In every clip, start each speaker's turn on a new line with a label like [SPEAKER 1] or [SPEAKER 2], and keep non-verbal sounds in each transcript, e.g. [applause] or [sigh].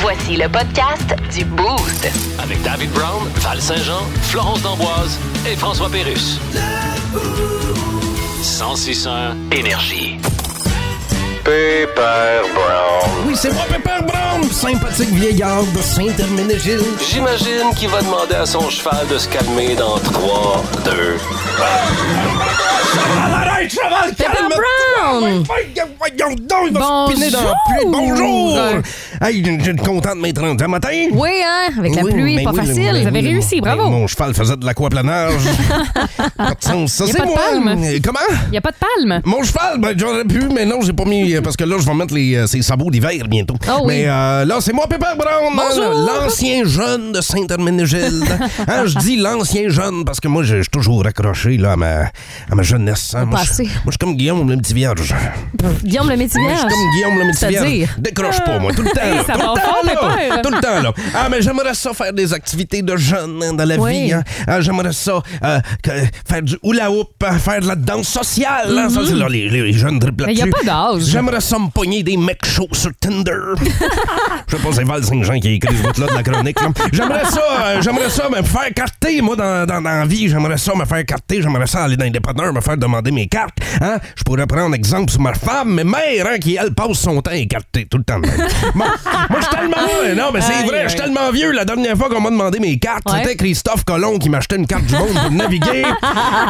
[SPEAKER 1] Voici le podcast du Boost.
[SPEAKER 2] Avec David Brown, Val Saint-Jean, Florence D'Amboise et François Pérus. 1061 Énergie.
[SPEAKER 3] Pepper Brown.
[SPEAKER 4] Oui, c'est moi, Pepper Brown, sympathique vieillard de Saint-Herménégil.
[SPEAKER 2] J'imagine qu'il va demander à son cheval de se calmer dans 3, 2.
[SPEAKER 4] Arrête, cheval, calme
[SPEAKER 5] Brown!
[SPEAKER 4] Voyons donc, il va se piner dans la pluie.
[SPEAKER 5] Bonjour!
[SPEAKER 4] Bonjour! Hey, je suis content de m'être rendu à matin.
[SPEAKER 5] Euh, Oui, hein? Avec la
[SPEAKER 4] Oui,
[SPEAKER 5] pluie,
[SPEAKER 4] ben
[SPEAKER 5] pas
[SPEAKER 4] oui, le-
[SPEAKER 5] facile.
[SPEAKER 4] ben
[SPEAKER 5] Vous avez
[SPEAKER 4] oui, le-
[SPEAKER 5] réussi,
[SPEAKER 4] ben,
[SPEAKER 5] bravo.
[SPEAKER 4] Mon cheval faisait de
[SPEAKER 5] [laughs]
[SPEAKER 4] l'aquaplanage. pas de sens. Ça,
[SPEAKER 5] Y a
[SPEAKER 4] c'est
[SPEAKER 5] pas de
[SPEAKER 4] moi.
[SPEAKER 5] palme.
[SPEAKER 4] Euh, Comment?
[SPEAKER 5] Il n'y a pas de palme.
[SPEAKER 4] Mon cheval, ben, j'aurais pu, mais non, j'ai pas mis. euh, Parce que là, je vais mettre les, euh, ses sabots d'hiver bientôt.
[SPEAKER 5] Ah oui.
[SPEAKER 4] Mais euh, là, c'est moi, Pepper Brown, hein,
[SPEAKER 5] Bonjour.
[SPEAKER 4] l'ancien jeune de Saint-Herménégilde.
[SPEAKER 5] [laughs]
[SPEAKER 4] Hein, je dis l'ancien jeune parce que moi, je je suis toujours accroché là, à, ma, à ma jeunesse. hein. Moi, je
[SPEAKER 5] passé.
[SPEAKER 4] moi, je suis comme Guillaume, le petit vierge.
[SPEAKER 5] Guillaume le métier.
[SPEAKER 4] Moi, je suis comme Guillaume, le petit vierge.
[SPEAKER 5] C'est-à-dire?
[SPEAKER 4] Décroche pas, moi,
[SPEAKER 5] [laughs]
[SPEAKER 4] tout le temps. là,
[SPEAKER 5] ça
[SPEAKER 4] tout,
[SPEAKER 5] va
[SPEAKER 4] le
[SPEAKER 5] fort,
[SPEAKER 4] temps
[SPEAKER 5] Pepper.
[SPEAKER 4] là, tout le temps, là. Ah, mais j'aimerais ça faire des activités de jeunes hein, dans la
[SPEAKER 5] Oui.
[SPEAKER 4] vie. hein. Ah, j'aimerais ça euh, que- faire du hula hoop, hein, faire de la danse sociale. hein. Ça, c'est là, les, les- les jeunes triplent
[SPEAKER 5] Mm-hmm. Mais y a
[SPEAKER 4] là-dessus.
[SPEAKER 5] pas d'âge.
[SPEAKER 4] J'aimerais ça me pogner des mecs chauds sur Tinder.
[SPEAKER 5] [laughs]
[SPEAKER 4] Je sais pas, c'est Val Saint-Jean qui a écrit ce bout-là de la chronique. là. J'aimerais ça, euh, j'aimerais ça me faire carter, moi, dans, dans, dans la vie. J'aimerais ça me faire carter. J'aimerais ça aller dans les dépanneurs, me faire demander mes cartes. Hein? Je pourrais prendre exemple sur ma femme, mais mère, hein, qui, elle, passe son temps à écarter tout le temps. de même. Bon, moi, je suis tellement... Non, mais
[SPEAKER 5] [laughs]
[SPEAKER 4] c'est
[SPEAKER 5] Aïe,
[SPEAKER 4] vrai, je suis
[SPEAKER 5] aïe.
[SPEAKER 4] tellement vieux. La dernière fois qu'on m'a demandé mes cartes,
[SPEAKER 5] Ouais.
[SPEAKER 4] c'était Christophe Colomb qui m'achetait une carte du monde
[SPEAKER 5] [laughs]
[SPEAKER 4] pour naviguer.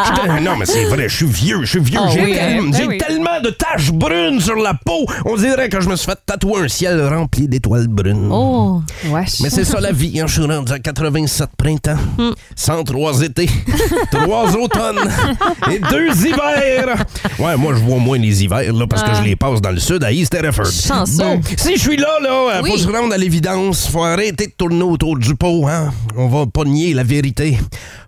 [SPEAKER 4] J'étais- Non, mais c'est vrai, je suis vieux, je suis vieux.
[SPEAKER 5] Ah
[SPEAKER 4] J'ai
[SPEAKER 5] oui,
[SPEAKER 4] tellement-
[SPEAKER 5] hein? Ben
[SPEAKER 4] j'ai
[SPEAKER 5] oui.
[SPEAKER 4] tellement de taches brunes sur la peau, on dirait que je me suis fait tatouer un ciel rempli d'étoiles brunes.
[SPEAKER 5] Oh, wesh.
[SPEAKER 4] Mais c'est ça la vie, hein. je suis rendu à 87 printemps,
[SPEAKER 5] Hmm.
[SPEAKER 4] 103 étés, 3 automnes et 2 hivers. Ouais, moi je vois moins les hivers là, parce que je les passe dans le sud à East Hereford.
[SPEAKER 5] Ah. Chanceux.
[SPEAKER 4] Bon, si je suis là, là, euh,
[SPEAKER 5] Oui.
[SPEAKER 4] faut se rendre à l'évidence, faut arrêter de tourner autour du pot, hein. On va pas nier la vérité.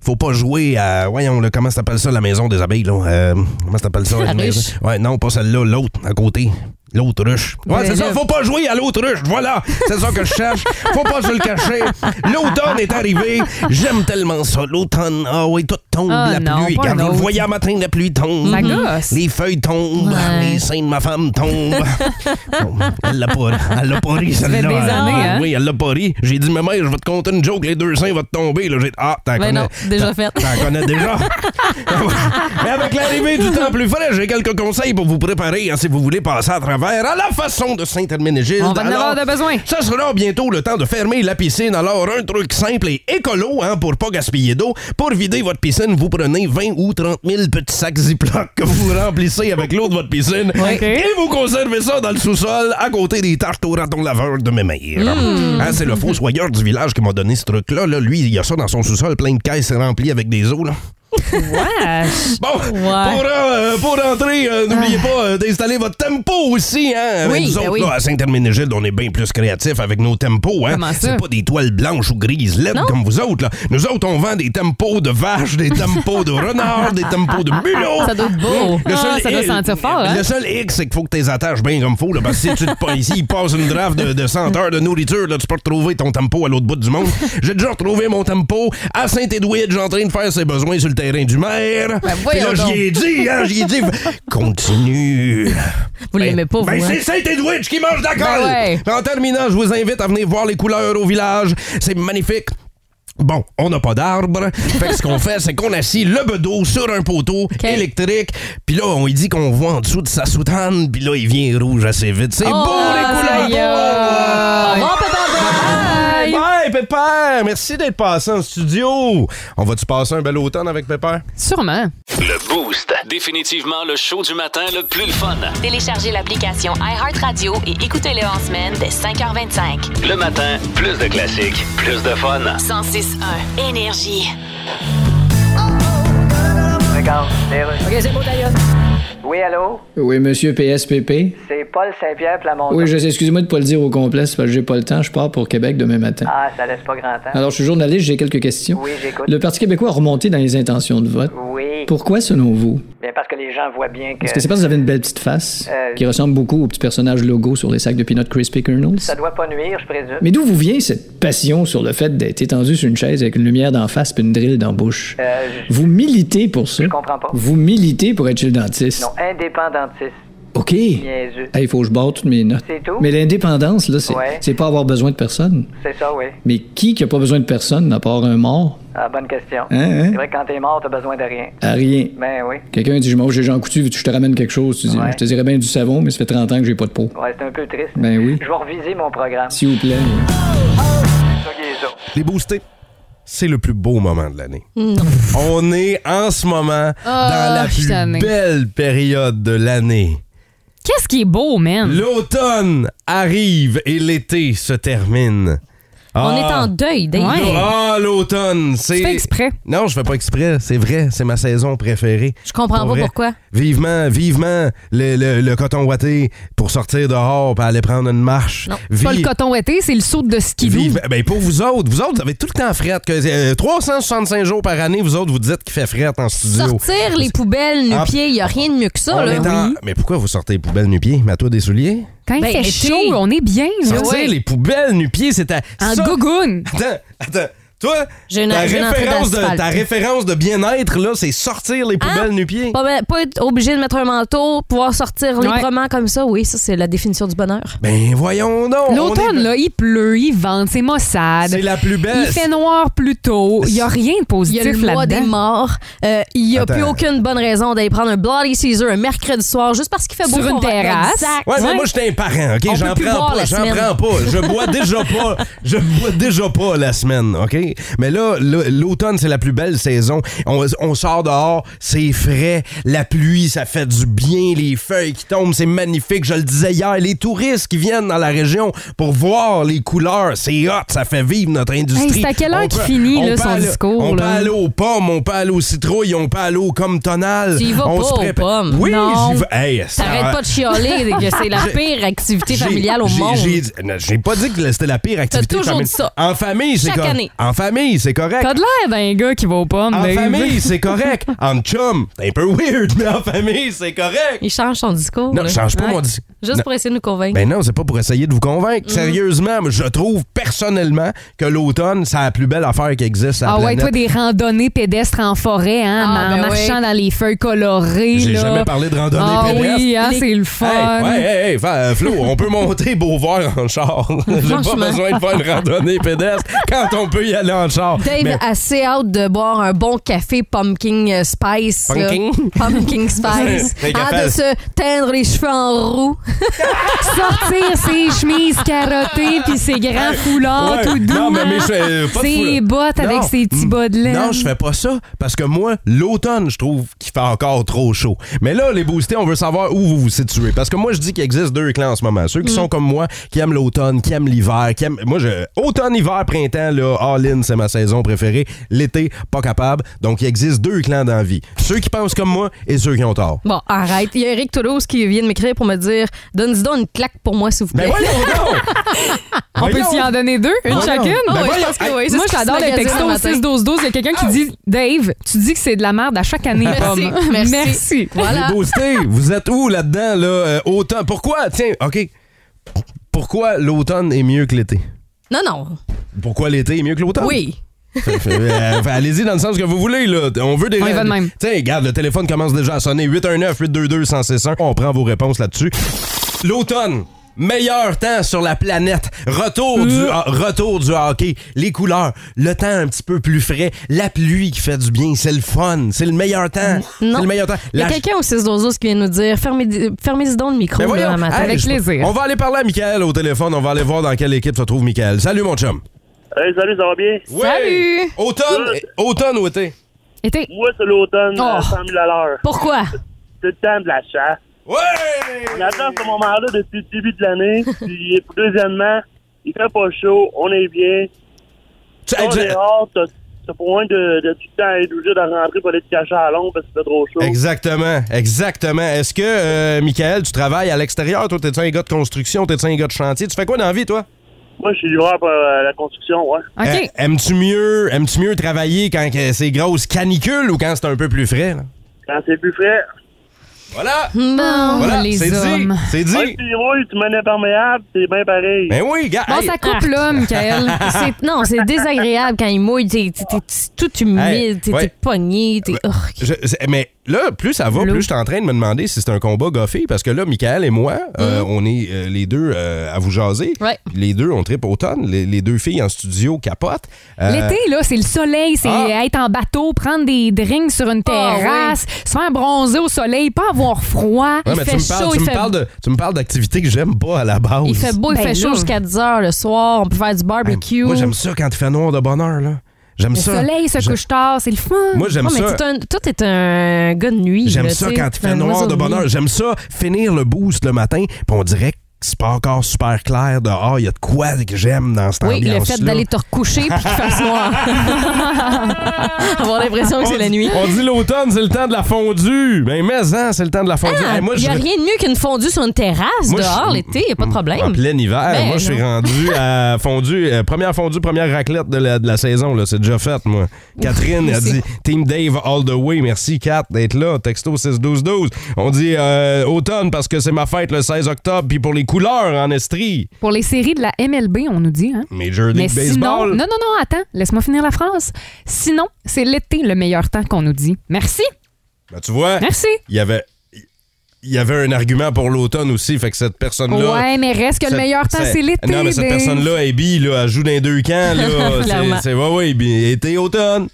[SPEAKER 4] Faut pas jouer à, voyons, là, comment ça s'appelle ça, la maison des abeilles, là? Euh, comment ça s'appelle ça?
[SPEAKER 5] La
[SPEAKER 4] la maison?
[SPEAKER 5] ruche.
[SPEAKER 4] Ouais, non, pas celle-là, l'autre, à côté. L'autre ruche. Ouais,
[SPEAKER 5] Ben
[SPEAKER 4] c'est ça,
[SPEAKER 5] là.
[SPEAKER 4] faut pas jouer à l'autruche, voilà. C'est ça que je cherche. Faut pas se le cacher. L'automne est arrivé. J'aime tellement ça. L'automne, ah oui, tout tombe,
[SPEAKER 5] Ah
[SPEAKER 4] la
[SPEAKER 5] non,
[SPEAKER 4] pluie.
[SPEAKER 5] pas
[SPEAKER 4] Regarde,
[SPEAKER 5] un
[SPEAKER 4] vous le
[SPEAKER 5] autre.
[SPEAKER 4] voyez à matin, la pluie tombe.
[SPEAKER 5] Ça gosse.
[SPEAKER 4] Les feuilles tombent.
[SPEAKER 5] Ouais.
[SPEAKER 4] Les seins de ma femme tombent. Bon, elle l'a pas, elle l'a pas ri,
[SPEAKER 5] fait
[SPEAKER 4] celle-là.
[SPEAKER 5] des
[SPEAKER 4] Ah,
[SPEAKER 5] années, hein?
[SPEAKER 4] Oui, elle l'a pas ri. J'ai dit, ma mère, je vais te conter une joke, les deux seins vont te tomber. Là, j'ai dit, ah, t'en
[SPEAKER 5] Ben
[SPEAKER 4] connais.
[SPEAKER 5] non, déjà
[SPEAKER 4] t'en-
[SPEAKER 5] faite.
[SPEAKER 4] T'en connais déjà.
[SPEAKER 5] [laughs]
[SPEAKER 4] Mais avec l'arrivée du temps plus frais, j'ai quelques conseils pour vous préparer hein, si vous voulez passer à travers à la façon de Saint-Herménégilde.
[SPEAKER 5] On va en
[SPEAKER 4] Alors,
[SPEAKER 5] avoir de besoin.
[SPEAKER 4] ça sera bientôt le temps de fermer la piscine. Alors, un truc simple et écolo hein, pour pas gaspiller d'eau. Pour vider votre piscine, vous prenez 20 ou 30 000 petits sacs Ziploc que vous remplissez avec l'eau de votre piscine
[SPEAKER 5] Ouais.
[SPEAKER 4] et vous conservez ça dans le sous-sol à côté des tartes au raton laveur de mes mères.
[SPEAKER 5] Hmm.
[SPEAKER 4] Hein, C'est le faux soyeur du village qui m'a donné ce truc-là. Là, lui, il y a ça dans son sous-sol, plein de caisses remplies avec des os. Là.
[SPEAKER 5] Wesh.
[SPEAKER 4] Bon, pour, euh, pour rentrer, euh, n'oubliez pas euh, d'installer votre tempo aussi. Hein, avec
[SPEAKER 5] Oui,
[SPEAKER 4] nous
[SPEAKER 5] ben
[SPEAKER 4] autres,
[SPEAKER 5] oui.
[SPEAKER 4] là, à Saint-Herménégilde, on est bien plus créatifs avec nos tempos. Hein.
[SPEAKER 5] Comment ça?
[SPEAKER 4] C'est pas des toiles blanches ou grises laides comme vous autres. Là. Nous autres, on vend des tempos de vaches, des tempos de renards, des tempos de mulots.
[SPEAKER 5] Ça doit être beau.
[SPEAKER 4] Le seul
[SPEAKER 5] Ah, ça doit
[SPEAKER 4] hic-
[SPEAKER 5] sentir fort, hein?
[SPEAKER 4] Le seul hic, c'est qu'il faut que tu les attaches bien comme faut. Là, parce que si tu te pas ici, il passe une draft de, de 100 heures de nourriture, là, tu peux retrouver ton tempo à l'autre bout du monde. J'ai déjà retrouvé mon tempo à Saint-Edwidge en train de faire ses besoins sur le terrain du maire. Puis là,
[SPEAKER 5] Ben, voyons
[SPEAKER 4] j'y
[SPEAKER 5] donc.
[SPEAKER 4] ai dit, hein, j'y ai dit, continue.
[SPEAKER 5] Vous l'aimez pas, vous.
[SPEAKER 4] Ben,
[SPEAKER 5] hein? Ben
[SPEAKER 4] c'est Saint-Edwidge qui mange de la colle.
[SPEAKER 5] ouais.
[SPEAKER 4] En terminant, je vous invite à venir voir les couleurs au village. C'est magnifique. Bon, on n'a pas d'arbre. Fait que ce qu'on fait, c'est qu'on assit le bedeau sur un poteau électrique. Puis là, on lui dit qu'on voit en dessous de sa soutane. Puis là, il vient rouge assez vite. C'est
[SPEAKER 3] Oh,
[SPEAKER 4] beau,
[SPEAKER 5] Ah,
[SPEAKER 4] les
[SPEAKER 5] ça y est.
[SPEAKER 4] couleurs!
[SPEAKER 5] Au revoir, papa. Bye.
[SPEAKER 4] Bye, Pépère! Merci d'être passé en studio. On va-tu passer un bel automne avec Pépère?
[SPEAKER 5] Sûrement.
[SPEAKER 2] Le Boost. Définitivement le show du matin le plus le fun.
[SPEAKER 1] Téléchargez l'application iHeartRadio et écoutez-le en semaine dès 5h25.
[SPEAKER 2] Le matin, plus de classiques, plus de fun.
[SPEAKER 1] 106.1 Énergie.
[SPEAKER 6] Oui, allô?
[SPEAKER 7] Oui, monsieur PSPP.
[SPEAKER 6] C'est Paul Saint-Pierre Plamondon.
[SPEAKER 7] Oui, je sais, excusez-moi de pas le dire au complet, c'est parce que j'ai pas le temps. Je pars pour Québec demain matin.
[SPEAKER 6] Ah, ça laisse pas grand temps.
[SPEAKER 7] Alors, je suis journaliste, j'ai quelques questions.
[SPEAKER 6] Oui, j'écoute.
[SPEAKER 7] Le Parti québécois a remonté dans les intentions de vote.
[SPEAKER 6] Oui.
[SPEAKER 7] Pourquoi, selon vous?
[SPEAKER 6] Bien parce que les gens voient bien que
[SPEAKER 7] Est-ce que c'est parce que vous avez une belle petite face
[SPEAKER 6] Euh,
[SPEAKER 7] qui ressemble beaucoup au petit personnage logo sur les sacs de peanuts Crispy Kernels?
[SPEAKER 6] ça doit pas nuire, je présume.
[SPEAKER 7] Mais d'où vous vient cette passion sur le fait d'être étendu sur une chaise avec une lumière d'en face puis une drille d'en bouche?
[SPEAKER 6] Euh, je-
[SPEAKER 7] Vous militez pour ça?
[SPEAKER 6] Je comprends pas.
[SPEAKER 7] Vous militez pour être chez le dentiste?
[SPEAKER 6] Non, indépendantiste.
[SPEAKER 7] OK. Il
[SPEAKER 6] Niaiseux.
[SPEAKER 7] faut que je barre toutes mes notes.
[SPEAKER 6] C'est tout?
[SPEAKER 7] Mais l'indépendance, là, c'est
[SPEAKER 6] Ouais.
[SPEAKER 7] c'est pas avoir besoin de personne.
[SPEAKER 6] C'est ça, oui.
[SPEAKER 7] Mais qui qui a pas besoin de personne à part un mort?
[SPEAKER 6] Ah, bonne question.
[SPEAKER 7] Hein, hein?
[SPEAKER 6] C'est vrai que quand t'es mort, t'as besoin de rien.
[SPEAKER 7] À rien.
[SPEAKER 6] Ben oui.
[SPEAKER 7] Quelqu'un dit, je m'en vais chez Jean Coutu, veux-tu que je te ramène quelque chose. Tu dis,
[SPEAKER 6] Ouais.
[SPEAKER 7] je te dirais bien du savon, mais ça fait 30 ans que j'ai pas de peau.
[SPEAKER 6] Ouais, c'est un peu triste.
[SPEAKER 7] Ben oui.
[SPEAKER 6] Je vais reviser mon programme.
[SPEAKER 7] S'il vous plaît.
[SPEAKER 6] Ça qui est ça.
[SPEAKER 4] Les boostés, c'est le plus beau moment de l'année. On est en ce moment dans la
[SPEAKER 3] Mm. Oh, je suis
[SPEAKER 4] plus
[SPEAKER 3] tannée.
[SPEAKER 4] belle période de l'année.
[SPEAKER 5] Qu'est-ce qui est beau, man?
[SPEAKER 4] L'automne arrive et l'été se termine.
[SPEAKER 3] On est
[SPEAKER 4] Ah.
[SPEAKER 3] en deuil, Dave.
[SPEAKER 5] Ouais.
[SPEAKER 4] Ah, l'automne, c'est.
[SPEAKER 5] Tu fais exprès.
[SPEAKER 4] Non, je fais pas exprès, c'est vrai, c'est ma saison préférée.
[SPEAKER 3] Je comprends
[SPEAKER 4] Pour
[SPEAKER 3] pas
[SPEAKER 4] vrai.
[SPEAKER 3] pourquoi.
[SPEAKER 4] Vivement, vivement le, le- le coton ouaté pour sortir dehors pour aller prendre une marche.
[SPEAKER 3] Non,
[SPEAKER 5] C'est Pas
[SPEAKER 4] Vi-
[SPEAKER 5] le coton été, c'est le saut de ski
[SPEAKER 4] vive- ben, pour vous autres, vous autres, vous avez tout le temps fret. Que, euh, 365 jours par année, vous autres, vous dites qu'il fait fret en studio.
[SPEAKER 3] Sortir les poubelles
[SPEAKER 4] Ah.
[SPEAKER 3] nu pieds, il n'y a rien de mieux que
[SPEAKER 4] On
[SPEAKER 3] ça.
[SPEAKER 4] est
[SPEAKER 3] Là.
[SPEAKER 4] en- Mais pourquoi vous sortez les poubelles nu-pieds? Mets-toi des souliers.
[SPEAKER 5] Quand il
[SPEAKER 3] Ben,
[SPEAKER 5] fait
[SPEAKER 3] été.
[SPEAKER 5] chaud, on est bien, là.
[SPEAKER 4] Sortir les poubelles nu-pieds, c'est à.
[SPEAKER 5] En
[SPEAKER 4] ça-
[SPEAKER 5] gougoune.
[SPEAKER 4] Attends, attends. Toi,
[SPEAKER 3] J'ai une-
[SPEAKER 4] ta,
[SPEAKER 3] j'ai une entrée
[SPEAKER 4] référence de,
[SPEAKER 3] d'asphalte.
[SPEAKER 4] ta référence de bien-être, là, c'est sortir les poubelles nu-pieds.
[SPEAKER 3] Pas, pas être obligé de mettre un manteau, pouvoir sortir
[SPEAKER 5] Ouais.
[SPEAKER 3] librement comme ça. Oui, ça, c'est la définition du bonheur.
[SPEAKER 4] Ben voyons donc. on
[SPEAKER 5] L'automne,
[SPEAKER 4] est-
[SPEAKER 5] là, il pleut, il vente, c'est maussade.
[SPEAKER 4] C'est la plus belle.
[SPEAKER 5] Il fait noir plus tôt. Il n'y a rien de
[SPEAKER 3] Il y a le
[SPEAKER 5] positif
[SPEAKER 3] mois des
[SPEAKER 5] là-dedans.
[SPEAKER 3] morts. Euh, Il n'y a
[SPEAKER 4] Attends.
[SPEAKER 3] plus aucune bonne raison d'aller prendre un Bloody Caesar un mercredi soir juste parce qu'il fait beau.
[SPEAKER 5] Sur une
[SPEAKER 3] qu'on va être
[SPEAKER 5] terrasse.
[SPEAKER 3] dans le sac.
[SPEAKER 4] Ouais, mais
[SPEAKER 5] Ouais.
[SPEAKER 4] moi, j'étais un parent, OK?
[SPEAKER 3] On
[SPEAKER 4] J'en
[SPEAKER 3] peut plus
[SPEAKER 4] prends
[SPEAKER 3] boire
[SPEAKER 4] pas,
[SPEAKER 3] la
[SPEAKER 4] j'en
[SPEAKER 3] semaine.
[SPEAKER 4] prends pas. Je
[SPEAKER 3] [laughs]
[SPEAKER 4] bois déjà pas, je bois déjà pas la semaine, OK? Mais là, le- l'automne, c'est la plus belle saison. On, on sort dehors, c'est frais, la pluie, ça fait du bien, les feuilles qui tombent, c'est magnifique. Je le disais hier, les touristes qui viennent dans la région pour voir les couleurs, c'est hot, ça fait vivre notre industrie.
[SPEAKER 5] Hey, c'est à quelle heure
[SPEAKER 4] On
[SPEAKER 5] qu'il
[SPEAKER 4] peut-
[SPEAKER 5] finit,
[SPEAKER 4] on
[SPEAKER 5] là,
[SPEAKER 4] peut
[SPEAKER 5] son
[SPEAKER 4] aller-
[SPEAKER 5] discours,
[SPEAKER 4] On peut
[SPEAKER 5] là?
[SPEAKER 4] aller aux pommes, on peut aller aux citrouilles, on peut aller aux comme tonal.
[SPEAKER 3] Tu y vas
[SPEAKER 4] on
[SPEAKER 3] pas
[SPEAKER 4] se
[SPEAKER 3] aux
[SPEAKER 4] prépare-
[SPEAKER 3] pommes?
[SPEAKER 4] Oui,
[SPEAKER 3] Non.
[SPEAKER 4] j'y vais. Hey, ça-
[SPEAKER 3] T'arrêtes pas de chialer que c'est
[SPEAKER 4] [laughs]
[SPEAKER 3] la pire activité
[SPEAKER 4] j'ai-
[SPEAKER 3] familiale au
[SPEAKER 4] j'ai-
[SPEAKER 3] monde.
[SPEAKER 4] j'ai dit- non, J'ai pas dit que c'était la pire activité.
[SPEAKER 3] toujours
[SPEAKER 4] familiale.
[SPEAKER 3] dit ça.
[SPEAKER 4] En famille, c'est
[SPEAKER 3] Chaque
[SPEAKER 4] correct.
[SPEAKER 3] année.
[SPEAKER 4] En famille, c'est correct.
[SPEAKER 5] T'as de l'air d'un gars qui va aux pommes,
[SPEAKER 4] En
[SPEAKER 5] Dave.
[SPEAKER 4] famille, c'est correct.
[SPEAKER 3] [laughs]
[SPEAKER 4] En chum, c'est un peu weird, mais en famille, c'est correct.
[SPEAKER 3] Il change son discours.
[SPEAKER 4] Non,
[SPEAKER 3] là.
[SPEAKER 4] je change pas
[SPEAKER 3] Ouais.
[SPEAKER 4] mon dis-
[SPEAKER 3] Juste
[SPEAKER 4] Non.
[SPEAKER 3] pour essayer de nous convaincre.
[SPEAKER 4] Ben non, c'est pas pour essayer de vous
[SPEAKER 3] Mm-hmm.
[SPEAKER 4] convaincre. Sérieusement, je trouve personnellement que l'automne, c'est la plus belle affaire qui existe. à la
[SPEAKER 5] Ah ouais,
[SPEAKER 4] planète.
[SPEAKER 5] toi, des randonnées pédestres en forêt, hein,
[SPEAKER 3] Ah,
[SPEAKER 5] en
[SPEAKER 3] ben
[SPEAKER 5] marchant
[SPEAKER 3] oui.
[SPEAKER 5] dans les feuilles colorées.
[SPEAKER 4] J'ai
[SPEAKER 5] là.
[SPEAKER 4] jamais parlé de randonnée
[SPEAKER 5] Ah
[SPEAKER 4] pédestre.
[SPEAKER 5] oui, hein, c'est le fun.
[SPEAKER 4] Hey, ouais, hey, hey, fa- euh, Flo, on peut monter Beauvoir en char. [laughs] J'ai pas
[SPEAKER 3] Franchement.
[SPEAKER 4] besoin de faire une randonnée pédestre quand on peut y aller en char.
[SPEAKER 3] Dave
[SPEAKER 4] Mais-
[SPEAKER 3] a assez hâte de boire un bon café pumpkin euh, spice. là.
[SPEAKER 4] Pumpkin? [laughs]
[SPEAKER 3] Pumpkin spice.
[SPEAKER 4] Un café
[SPEAKER 3] hâte
[SPEAKER 4] à-
[SPEAKER 3] de se teindre les cheveux en roux.
[SPEAKER 5] Sortir ses chemises carottées puis ses grands foulards
[SPEAKER 4] Ouais.
[SPEAKER 5] tout doux.
[SPEAKER 4] Non, mais mes cheveux, euh, pas de
[SPEAKER 5] ses
[SPEAKER 4] foulard.
[SPEAKER 5] bottes hein? avec
[SPEAKER 4] Non. Mm.
[SPEAKER 5] ses petits bas de laine.
[SPEAKER 4] Non, je fais pas ça parce que moi, l'automne, je trouve qu'il fait encore trop chaud. Mais là, les boostés, on veut savoir où vous vous situez. Parce que moi, je dis qu'il existe deux clans en ce moment.
[SPEAKER 5] Mm.
[SPEAKER 4] Ceux qui sont comme moi, qui aiment l'automne, qui aiment l'hiver, qui aiment. Moi, je. Automne, hiver, printemps, là, all-in, c'est ma saison préférée. L'été, pas capable. Donc, il existe deux clans dans la vie. Ceux qui pensent comme moi et ceux qui ont tort.
[SPEAKER 3] Bon, arrête. Il y a Eric Toulouse qui vient de m'écrire pour me dire Donne-y donc une claque pour moi, s'il vous
[SPEAKER 4] Mais
[SPEAKER 3] plaît.
[SPEAKER 4] Ben, voyons donc!
[SPEAKER 5] Ben, [laughs] On peut s'y en donner deux, une
[SPEAKER 4] Voyons.
[SPEAKER 5] chacune.
[SPEAKER 3] Ah
[SPEAKER 4] Ben
[SPEAKER 3] oui,
[SPEAKER 4] voyons.
[SPEAKER 3] je pense que oui. C'est
[SPEAKER 5] Moi,
[SPEAKER 3] ce qui
[SPEAKER 5] j'adore
[SPEAKER 3] se
[SPEAKER 5] les
[SPEAKER 3] magasine
[SPEAKER 5] textos
[SPEAKER 3] le
[SPEAKER 5] au 6-12-12.
[SPEAKER 3] matin. Ah.
[SPEAKER 5] Il y a quelqu'un qui dit Dave, tu dis que c'est de la merde à chaque année.
[SPEAKER 3] Merci.
[SPEAKER 5] Pomme.
[SPEAKER 3] Merci.
[SPEAKER 5] Merci.
[SPEAKER 3] Voilà.
[SPEAKER 4] Les boostés, vous êtes où là-dedans, là? euh, automne. Pourquoi? Tiens, OK. Pourquoi l'automne est mieux que l'été?
[SPEAKER 3] Non, non.
[SPEAKER 4] Pourquoi l'été est mieux que l'automne?
[SPEAKER 3] Oui.
[SPEAKER 4] [laughs] Fait- fait- euh, fait, Allez-y dans le sens que vous voulez, là. On veut des
[SPEAKER 5] On y va de même.
[SPEAKER 4] Tiens, regarde, le téléphone commence déjà à sonner. 819-822-1061. On prend vos réponses là-dessus. L'automne. Meilleur temps sur la planète. Retour, du, ho- retour du hockey. Les couleurs. Le temps un petit peu plus frais. La pluie qui fait du bien. C'est le fun. C'est le meilleur temps.
[SPEAKER 3] Non.
[SPEAKER 4] C'est le meilleur temps.
[SPEAKER 3] Il y a
[SPEAKER 4] La-
[SPEAKER 3] quelqu'un au 6 12 qui vient nous dire Fermez- Fermez-y donc le micro
[SPEAKER 4] Ben voyons.
[SPEAKER 3] là, un matin.
[SPEAKER 4] Hey,
[SPEAKER 5] Avec
[SPEAKER 4] je-
[SPEAKER 5] plaisir.
[SPEAKER 4] On va aller parler à Michael au téléphone. On va aller voir dans quelle équipe se trouve Michael. Salut, mon chum.
[SPEAKER 8] Hey, salut, ça va bien?
[SPEAKER 4] Ouais. Automne,
[SPEAKER 8] Good.
[SPEAKER 4] automne ou été?
[SPEAKER 5] Et t'es-
[SPEAKER 8] Moi, c'est l'automne,
[SPEAKER 5] Oh.
[SPEAKER 8] à 100 000 à l'heure.
[SPEAKER 3] Pourquoi
[SPEAKER 8] C'est le temps de la chasse.
[SPEAKER 4] Ouais!
[SPEAKER 8] On attend ce moment-là depuis le début de
[SPEAKER 9] [laughs]
[SPEAKER 8] l'année. Puis, deuxièmement, il fait pas chaud, on est bien.
[SPEAKER 4] Tu-
[SPEAKER 8] On
[SPEAKER 4] exa-
[SPEAKER 8] est hors, t'as t'as pas moins de, de tout le temps à être obligé de rentrer pour aller te cacher à l'ombre parce que c'est trop chaud.
[SPEAKER 4] Exactement, exactement. Est-ce que, euh, Michael, tu travailles à l'extérieur? Toi, t'es-tu un gars de construction? T'es-tu un gars de chantier? Tu fais quoi dans la vie, toi?
[SPEAKER 8] Moi, je suis livreur pour euh, la construction, ouais.
[SPEAKER 5] OK.
[SPEAKER 4] Euh, aimes-tu mieux, aimes-tu mieux travailler quand que c'est grosse canicule ou quand c'est un peu plus frais? là?
[SPEAKER 8] Quand c'est plus frais,
[SPEAKER 4] Voilà.
[SPEAKER 3] Oh.
[SPEAKER 5] Bon,
[SPEAKER 4] Voilà,
[SPEAKER 5] Hmm, les
[SPEAKER 4] c'est dit.
[SPEAKER 5] hommes.
[SPEAKER 4] C'est dit.
[SPEAKER 8] Un petit rouille, tu m'en es perméable, c'est bien pareil.
[SPEAKER 4] Ben oui, gars.
[SPEAKER 5] Bon,
[SPEAKER 4] hey,
[SPEAKER 5] ça coupe là,
[SPEAKER 4] [laughs]
[SPEAKER 5] Michael.
[SPEAKER 3] C'est- Non, c'est désagréable quand il mouille. T'es t'es- t'es- t'es tout humide,
[SPEAKER 4] Hey,
[SPEAKER 3] t'es
[SPEAKER 4] ouais.
[SPEAKER 3] t'es pogné, t'es. Urgh.
[SPEAKER 4] Je- c'est- mais là, plus ça va,
[SPEAKER 3] L'eau.
[SPEAKER 4] plus je suis en train de me demander si c'est un combat goffé. Parce que là, Michael et moi, euh, on est euh, les deux euh, à vous jaser.
[SPEAKER 3] Mm. Ouais.
[SPEAKER 4] Les deux, on tripe automne. Les, les deux filles en studio capotent. Euh,
[SPEAKER 5] L'été, là, c'est le soleil, c'est
[SPEAKER 4] Ah.
[SPEAKER 5] être en bateau, prendre des drinks sur une
[SPEAKER 3] Ah,
[SPEAKER 5] terrasse, se faire bronzer au soleil, pas avoir froid.
[SPEAKER 4] ouais,
[SPEAKER 3] il
[SPEAKER 4] mais
[SPEAKER 3] fait
[SPEAKER 4] tu me parles,
[SPEAKER 3] chaud,
[SPEAKER 4] tu
[SPEAKER 3] il
[SPEAKER 4] me
[SPEAKER 3] fait-
[SPEAKER 4] parles de- tu me parles d'activités que j'aime pas à la base.
[SPEAKER 3] Il fait beau, il
[SPEAKER 5] Ben
[SPEAKER 3] fait chaud
[SPEAKER 5] là.
[SPEAKER 3] jusqu'à 10 heures le soir. On peut faire du barbecue.
[SPEAKER 4] Hey, Ben, Moi, j'aime ça quand il fait noir de bonheur. là. J'aime
[SPEAKER 5] Le
[SPEAKER 4] ça.
[SPEAKER 5] soleil se
[SPEAKER 4] Je-
[SPEAKER 5] couche tard, c'est le fun.
[SPEAKER 4] Moi, j'aime
[SPEAKER 3] Ouais, mais
[SPEAKER 4] ça.
[SPEAKER 3] t'es un- toi, t'es un gars de nuit.
[SPEAKER 4] J'aime
[SPEAKER 3] là,
[SPEAKER 4] ça
[SPEAKER 3] tu sais,
[SPEAKER 4] quand il
[SPEAKER 3] t'es
[SPEAKER 4] fait
[SPEAKER 3] un
[SPEAKER 4] noir
[SPEAKER 3] oiseau
[SPEAKER 4] de bonheur.
[SPEAKER 3] nuit.
[SPEAKER 4] J'aime ça finir le boost le matin, puis on dirait que c'est pas encore super clair dehors. Il y a de quoi que j'aime dans cette
[SPEAKER 3] Oui, le
[SPEAKER 4] ambiance-là.
[SPEAKER 3] fait d'aller te recoucher puis qu'il fasse
[SPEAKER 4] [laughs]
[SPEAKER 3] noir. Avoir l'impression que c'est la nuit.
[SPEAKER 4] On dit l'automne, c'est le temps de la fondue. Ben, mais hein, c'est le temps de la fondue. Hey, moi,
[SPEAKER 3] Ah, Il n'y a
[SPEAKER 4] je-
[SPEAKER 3] rien de mieux qu'une fondue sur une terrasse
[SPEAKER 4] moi, je-
[SPEAKER 3] dehors l'été, il n'y a pas de
[SPEAKER 4] En
[SPEAKER 3] problème.
[SPEAKER 4] plein hiver,
[SPEAKER 3] Ben,
[SPEAKER 4] moi, je suis rendu
[SPEAKER 3] [laughs]
[SPEAKER 4] à fondue. euh, première fondue, première raclette de la, de la saison. là. C'est déjà fait, moi.
[SPEAKER 3] [laughs]
[SPEAKER 4] Catherine a dit Team Dave all the way. Merci, Kat, d'être là. Texto 6-12-12. On dit euh, automne parce que c'est ma fête le 16 octobre. Puis pour les couleurs en estrie.
[SPEAKER 5] Pour les séries de la MLB, on nous dit, hein?
[SPEAKER 4] Major
[SPEAKER 5] Mais
[SPEAKER 4] League
[SPEAKER 5] sinon,
[SPEAKER 4] Baseball.
[SPEAKER 5] non, non, non, attends, laisse-moi finir la phrase. Sinon, c'est l'été le meilleur temps qu'on nous dit. Merci,
[SPEAKER 4] Ben, tu vois,
[SPEAKER 5] merci.
[SPEAKER 4] il y avait. Il y avait un argument pour l'automne aussi, fait que cette personne-là.
[SPEAKER 5] Ouais, mais reste que le
[SPEAKER 4] Cette-
[SPEAKER 5] meilleur temps,
[SPEAKER 4] cette-
[SPEAKER 5] c'est l'été.
[SPEAKER 4] Non, mais cette
[SPEAKER 5] Dave.
[SPEAKER 4] personne-là, Abby, là, elle joue dans les deux camps.
[SPEAKER 5] [laughs]
[SPEAKER 4] Là.
[SPEAKER 3] Clairement.
[SPEAKER 4] c'est, c'est, ouais, ouais, Abby, été, automne.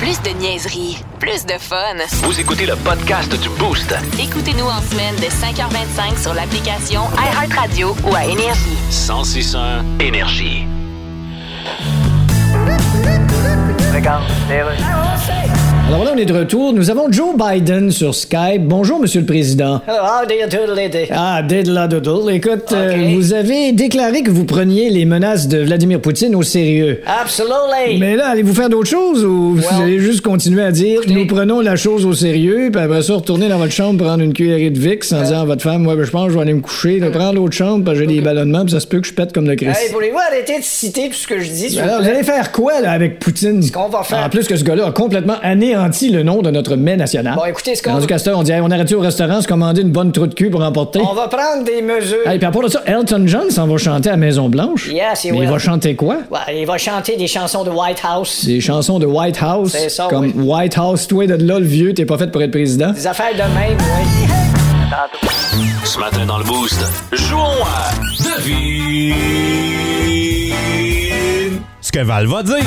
[SPEAKER 1] Plus de niaiserie, plus de fun.
[SPEAKER 2] Vous écoutez le podcast du Boost.
[SPEAKER 1] Écoutez-nous en semaine de 5h25 sur l'application iHeartRadio ou à Énergie.
[SPEAKER 2] 1061 Énergie.
[SPEAKER 6] Regarde, les rues.
[SPEAKER 7] Alors là, on est de retour. Nous avons Joe Biden sur Skype. Bonjour, Monsieur le Président.
[SPEAKER 10] Oh, How do you do, lady?
[SPEAKER 7] Ah, diddla doodle. Écoute, euh, vous avez déclaré que vous preniez les menaces de Vladimir Poutine au sérieux.
[SPEAKER 10] Absolutely.
[SPEAKER 7] Mais là, allez-vous faire d'autres choses ou vous
[SPEAKER 10] Well-
[SPEAKER 7] allez juste continuer à dire nous prenons la chose au sérieux, puis après ça, retourner dans votre chambre, prendre une cuillerée de Vicks
[SPEAKER 10] Euh.
[SPEAKER 7] en disant à votre femme, ouais, ben, je pense que je vais aller me coucher, là, prendre l'autre chambre, parce que j'ai des ballonnements, puis ça se peut que je pète comme le Christ.
[SPEAKER 10] Hey, voulez-vous arrêter de citer tout ce que je dis? s'il vous
[SPEAKER 7] Alors, vous
[SPEAKER 10] plaît?
[SPEAKER 7] allez faire quoi, là, avec Poutine? Ce
[SPEAKER 10] qu'on va faire.
[SPEAKER 7] En plus que ce gars-là a complètement anéanti le nom de notre mets national.
[SPEAKER 10] Bon, écoutez, ce qu'on-
[SPEAKER 7] Rendu qu'à cette heure, on dit, Hey, on arrête au restaurant, se commander une bonne trou de cul pour emporter.
[SPEAKER 10] On va prendre des mesures.
[SPEAKER 7] Hey, puis à part de ça, Elton John s'en va chanter à Maison-Blanche.
[SPEAKER 10] Yes, he
[SPEAKER 7] Mais il
[SPEAKER 10] will.
[SPEAKER 7] va chanter quoi?
[SPEAKER 10] Ouais, il va chanter des chansons de White House.
[SPEAKER 7] Des chansons de White House.
[SPEAKER 10] C'est ça,
[SPEAKER 7] comme
[SPEAKER 10] oui.
[SPEAKER 7] White House, toi, de là, le vieux, t'es pas fait pour être président.
[SPEAKER 10] Des affaires de même, oui.
[SPEAKER 2] Ce matin dans le Boost, jouons à Devine.
[SPEAKER 4] Ce que Val va dire.
[SPEAKER 3] [laughs]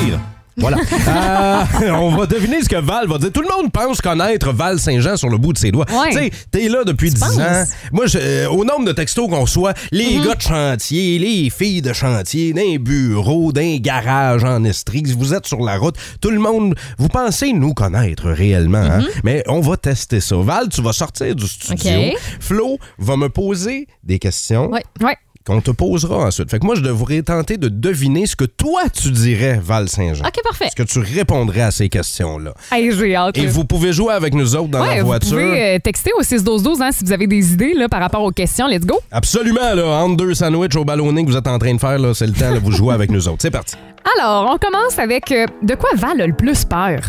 [SPEAKER 4] Voilà. Euh, on va deviner ce que Val va dire. Tout le monde pense connaître Val Saint-Jean sur le bout de ses doigts.
[SPEAKER 5] Ouais.
[SPEAKER 4] Tu sais, t'es là depuis 10
[SPEAKER 3] penses? Mm-hmm.
[SPEAKER 4] ans. Moi, je- euh, au nombre de textos qu'on reçoit, les gars de chantier, les filles de chantier, d'un bureau, d'un garage en Estrie, vous êtes sur la route, tout le monde, vous pensez nous connaître réellement, hein? mais on va tester ça. Val, tu vas sortir du studio.
[SPEAKER 3] Mm-hmm. Ok.
[SPEAKER 4] Flo va me poser des questions
[SPEAKER 3] Ouais.
[SPEAKER 5] Ouais.
[SPEAKER 4] qu'on te posera ensuite. Fait que moi, je devrais tenter de deviner ce que toi, tu dirais, Val Saint-Jean.
[SPEAKER 3] OK, parfait.
[SPEAKER 4] Ce que tu répondrais à ces questions-là.
[SPEAKER 5] Hey, j'ai hâte.
[SPEAKER 4] Et
[SPEAKER 5] là.
[SPEAKER 4] vous pouvez jouer avec nous autres dans
[SPEAKER 5] Ouais,
[SPEAKER 4] la
[SPEAKER 5] vous
[SPEAKER 4] voiture.
[SPEAKER 5] pouvez euh, texter au 6-12-12 hein, si vous avez des idées là, par rapport aux questions. Let's go.
[SPEAKER 4] Absolument, là. Entre deux sandwichs au ballonné que vous êtes en train de faire, là, c'est le temps, là, vous jouez avec nous autres. C'est parti.
[SPEAKER 5] Alors, on commence avec euh, de quoi Val a le plus peur?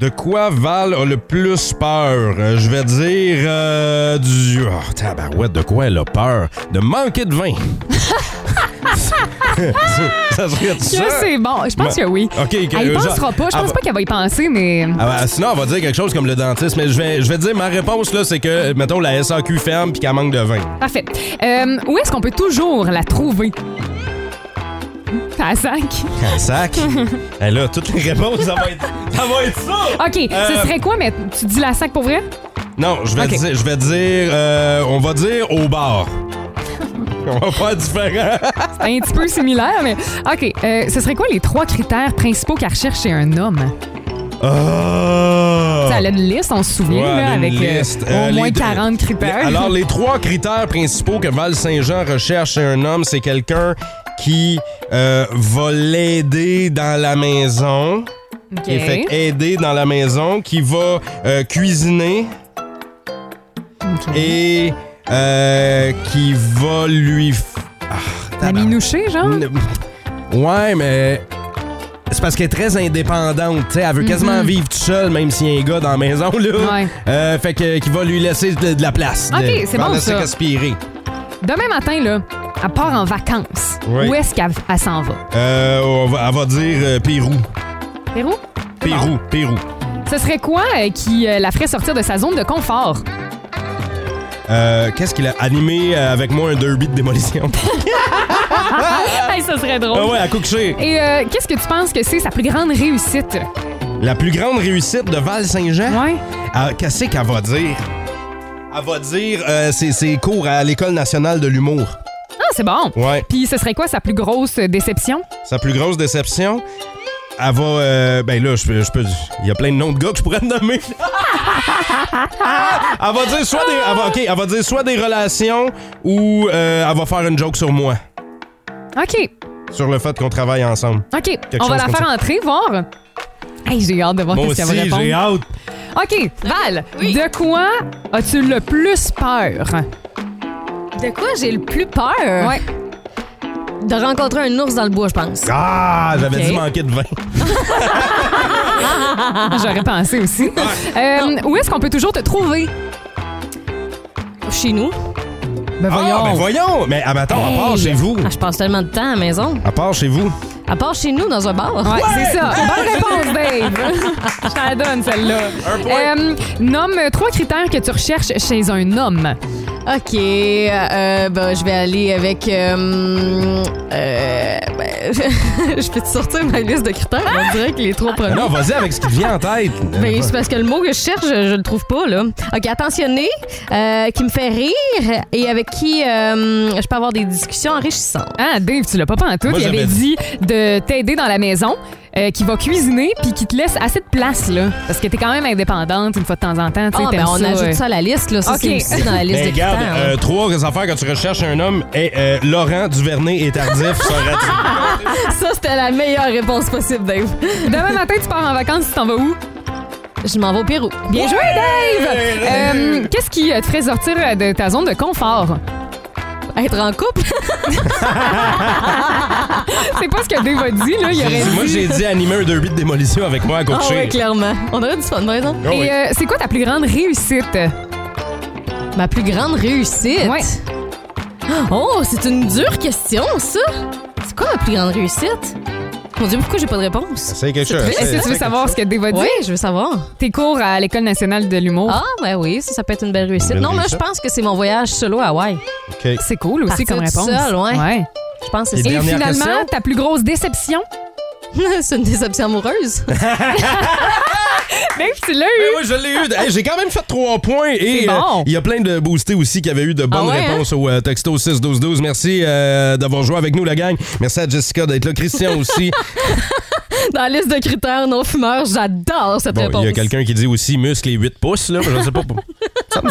[SPEAKER 4] De quoi Val a le plus peur? Euh, je vais dire euh, du... Oh, tabarouette, de quoi elle a peur? De manquer de vin.
[SPEAKER 5] [laughs]
[SPEAKER 4] [laughs] ça serait ça?
[SPEAKER 5] Que c'est bon. Je pense
[SPEAKER 4] Ben,
[SPEAKER 5] que oui.
[SPEAKER 4] OK, que-
[SPEAKER 5] Elle y
[SPEAKER 4] euh,
[SPEAKER 5] pensera
[SPEAKER 4] genre-
[SPEAKER 5] pas. Je
[SPEAKER 4] Ah,
[SPEAKER 5] pense
[SPEAKER 4] bah-
[SPEAKER 5] pas qu'elle va y penser, mais.
[SPEAKER 4] Ah ben, sinon, on va dire quelque chose comme le dentiste, mais je vais, je vais dire ma réponse, là, c'est que, mettons, la SAQ ferme puis qu'elle manque de vin.
[SPEAKER 5] Parfait. Euh, où est-ce qu'on peut toujours la trouver? À 5.
[SPEAKER 4] Un [laughs] sac. Elle Eh là, toutes les réponses, ça va être ça. Va être ça.
[SPEAKER 5] OK, ce
[SPEAKER 4] Euh,
[SPEAKER 5] serait quoi, mais tu dis la 5 pour vrai?
[SPEAKER 4] Non, je vais
[SPEAKER 5] Ok.
[SPEAKER 4] dire, je vais dire euh, on va dire
[SPEAKER 5] [laughs]
[SPEAKER 4] au bar. on va faire différent.
[SPEAKER 5] C'est un petit peu similaire, mais. OK, euh, ce serait quoi les trois critères principaux qu'elle recherche chez un homme?
[SPEAKER 4] Oh.
[SPEAKER 5] Ça, Elle a une liste, on se souvient,
[SPEAKER 4] Ouais, elle
[SPEAKER 5] là,
[SPEAKER 4] a une
[SPEAKER 5] avec euh,
[SPEAKER 4] liste.
[SPEAKER 5] au
[SPEAKER 4] Euh,
[SPEAKER 5] moins
[SPEAKER 4] les deux-
[SPEAKER 5] 40 critères.
[SPEAKER 4] Les- alors, les trois critères principaux que Val Saint-Jean recherche chez un homme, c'est quelqu'un qui euh, va l'aider dans la maison.
[SPEAKER 5] OK.
[SPEAKER 4] Qui fait aider dans la maison, qui va euh, cuisiner
[SPEAKER 5] OK.
[SPEAKER 4] et euh, qui va lui. f- Ah,
[SPEAKER 5] La
[SPEAKER 4] tabarnak.
[SPEAKER 5] minouchée, genre?
[SPEAKER 4] Ouais, mais c'est parce qu'elle est très indépendante. tu sais, Elle veut quasiment vivre toute seule, même s'il y a un gars dans la maison. Là.
[SPEAKER 5] Mm-hmm. Ouais.
[SPEAKER 4] Euh, fait que, qui va lui laisser de, de la place.
[SPEAKER 5] Ok,
[SPEAKER 4] de-
[SPEAKER 5] c'est
[SPEAKER 4] va
[SPEAKER 5] bon,
[SPEAKER 4] laisser
[SPEAKER 5] ça.
[SPEAKER 4] respirer.
[SPEAKER 5] Demain matin, là, elle part en vacances.
[SPEAKER 4] Oui.
[SPEAKER 5] Où est-ce qu'elle elle s'en va?
[SPEAKER 4] Euh, on va- elle va dire euh, Pérou.
[SPEAKER 5] Pérou?
[SPEAKER 4] Pérou, Pérou.
[SPEAKER 5] Ce serait quoi euh, qui euh, la ferait sortir de sa zone de confort?
[SPEAKER 4] Euh, Qu'est-ce qu'il a animé euh, avec moi un derby
[SPEAKER 5] [laughs]
[SPEAKER 4] de démolition?
[SPEAKER 5] Hey, ça serait drôle.
[SPEAKER 4] ah ouais, à coucher.
[SPEAKER 5] Et euh, qu'est-ce que tu penses que c'est sa plus grande réussite?
[SPEAKER 4] La plus grande réussite de Val-Saint-Jean?
[SPEAKER 5] Ouais.
[SPEAKER 4] Ah, Qu'est-ce qu'elle va dire? Elle va dire euh, ses, ses cours à l'École nationale de l'humour.
[SPEAKER 5] Ah, c'est bon.
[SPEAKER 4] Ouais.
[SPEAKER 5] Puis ce serait quoi sa plus grosse euh, déception?
[SPEAKER 4] Sa plus grosse déception, elle va... euh, ben là, je peux- je peux... Il y a plein de noms de gars que je pourrais te nommer. [laughs] elle va dire soit des... elle va- OK, elle va dire soit des relations ou euh, elle va faire une joke sur moi.
[SPEAKER 5] OK.
[SPEAKER 4] Sur le fait qu'on travaille ensemble.
[SPEAKER 5] OK. On
[SPEAKER 4] chose
[SPEAKER 5] va la
[SPEAKER 4] comme
[SPEAKER 5] faire entrer, voir. Hey, j'ai hâte de voir
[SPEAKER 4] Moi
[SPEAKER 5] qu'est-ce
[SPEAKER 4] aussi,
[SPEAKER 5] qu'elle va répondre.
[SPEAKER 4] j'ai hâte.
[SPEAKER 5] OK, Val,
[SPEAKER 3] Oui.
[SPEAKER 5] de quoi as-tu le plus peur?
[SPEAKER 3] De quoi j'ai le plus peur?
[SPEAKER 5] Ouais.
[SPEAKER 3] De rencontrer un ours dans le bois, je pense.
[SPEAKER 4] Ah, j'avais
[SPEAKER 5] Ok.
[SPEAKER 4] dit manquer de vin.
[SPEAKER 5] J'aurais pensé aussi. Euh, où est-ce qu'on peut toujours te trouver?
[SPEAKER 3] Chez nous.
[SPEAKER 5] Ben voyons.
[SPEAKER 4] Ah, ben voyons! Mais ah, ben attends, à part
[SPEAKER 3] Hey.
[SPEAKER 4] chez vous.
[SPEAKER 3] Ah, je passe tellement de temps à la maison.
[SPEAKER 4] À part chez vous.
[SPEAKER 3] À part chez nous, dans un bar.
[SPEAKER 5] ben, Ouais, c'est ça. Bonne réponse, Dave. [laughs] Je t'en donne celle-là. Euh, nomme trois critères que tu recherches chez un homme.
[SPEAKER 3] OK. euh, ben, je vais aller avec... euh, euh, ben, [laughs] je peux te sortir ma liste de critères? On dirait que les
[SPEAKER 5] Ah.
[SPEAKER 3] trois premiers...
[SPEAKER 4] Non, vas-y avec ce qui te vient en tête.
[SPEAKER 3] Ben, c'est parce que le mot que je cherche, je, je le trouve pas, là. OK, attentionné, euh, qui me fait rire et avec qui euh, je peux avoir des discussions enrichissantes.
[SPEAKER 5] Ah, Dave, tu l'as pas pantoute.
[SPEAKER 4] Moi,
[SPEAKER 5] Il avait
[SPEAKER 4] j'avais
[SPEAKER 5] dit de t'aider dans la maison, euh, qui va cuisiner, puis qui te laisse assez de place, là. Parce que t'es quand même indépendante une fois de temps en temps. tu
[SPEAKER 3] Ah,
[SPEAKER 5] sais,
[SPEAKER 3] ben,
[SPEAKER 5] t'aimes
[SPEAKER 3] on
[SPEAKER 5] ça,
[SPEAKER 3] ajoute
[SPEAKER 5] euh.
[SPEAKER 3] ça à la liste, là. Ça,
[SPEAKER 5] OK.
[SPEAKER 3] c'est aussi dans la liste
[SPEAKER 4] Ben,
[SPEAKER 3] de
[SPEAKER 4] regarde,
[SPEAKER 5] hein.
[SPEAKER 3] critères.
[SPEAKER 4] euh, trois affaires que tu recherches un homme et euh, Laurent Duvernay et Tardif
[SPEAKER 5] [laughs]
[SPEAKER 4] sera
[SPEAKER 3] Ça, c'était la meilleure réponse possible, Dave.
[SPEAKER 5] Demain matin, tu pars en vacances, tu t'en vas où?
[SPEAKER 3] Je m'en vais au Pérou.
[SPEAKER 5] Bien joué, Dave! Euh, Qu'est-ce qui euh, te ferait sortir euh, de ta zone de
[SPEAKER 4] [laughs]
[SPEAKER 5] confort?
[SPEAKER 3] Être en couple?
[SPEAKER 5] C'est pas ce que Dave a dit, là. Il aurait dit.
[SPEAKER 4] Moi, j'ai dit animer un derby de démolition avec moi à
[SPEAKER 3] Ah, ouais,
[SPEAKER 4] coucher.
[SPEAKER 3] clairement. On aurait du fun, par exemple.
[SPEAKER 4] Oh, oui.
[SPEAKER 5] Et euh, c'est quoi ta plus grande réussite?
[SPEAKER 4] Euh,
[SPEAKER 3] Ma plus grande réussite?
[SPEAKER 5] Ouais.
[SPEAKER 3] Oh, c'est une dure question, ça. C'est quoi ma plus grande réussite? Mon Dieu, pourquoi j'ai pas de réponse?
[SPEAKER 4] C'est quelque chose.
[SPEAKER 5] Euh, Est-ce que tu veux savoir ce que Dave a dit?
[SPEAKER 3] Oui, je veux savoir.
[SPEAKER 5] Tes cours à l'École nationale de l'humour.
[SPEAKER 3] Ah, ben oui, ça, ça peut être une belle réussite.
[SPEAKER 4] Belle
[SPEAKER 3] non,
[SPEAKER 4] réussite.
[SPEAKER 3] mais je pense que c'est mon voyage solo à Hawaï.
[SPEAKER 4] Ok.
[SPEAKER 5] C'est cool aussi
[SPEAKER 3] Partir
[SPEAKER 5] comme
[SPEAKER 3] tout
[SPEAKER 5] réponse.
[SPEAKER 3] seul, ouais. Je pense que
[SPEAKER 4] Et
[SPEAKER 5] Et
[SPEAKER 3] c'est
[SPEAKER 4] Dernière
[SPEAKER 5] finalement,
[SPEAKER 4] question.
[SPEAKER 5] ta plus grosse déception?
[SPEAKER 3] [laughs] c'est une déception
[SPEAKER 4] [laughs]
[SPEAKER 3] amoureuse.
[SPEAKER 5] Même tu l'as
[SPEAKER 4] Mais
[SPEAKER 5] eu.
[SPEAKER 4] Ben oui, je l'ai eu. Hey, j'ai quand même fait trois points et
[SPEAKER 5] C'est
[SPEAKER 4] euh,
[SPEAKER 5] bon.
[SPEAKER 4] il y a plein de boostés aussi qui avaient eu de bonnes
[SPEAKER 3] Ah ouais,
[SPEAKER 4] réponses au euh, texto 6 12 12. Merci euh, d'avoir joué avec nous la gang. Merci à Jessica d'être là, Christian aussi.
[SPEAKER 3] Dans la liste de critères non fumeurs, j'adore cette
[SPEAKER 4] Bon,
[SPEAKER 3] réponse.
[SPEAKER 4] il y a quelqu'un qui dit aussi muscles et 8 pouces là, mais je sais pas. pour- [laughs] Ça me-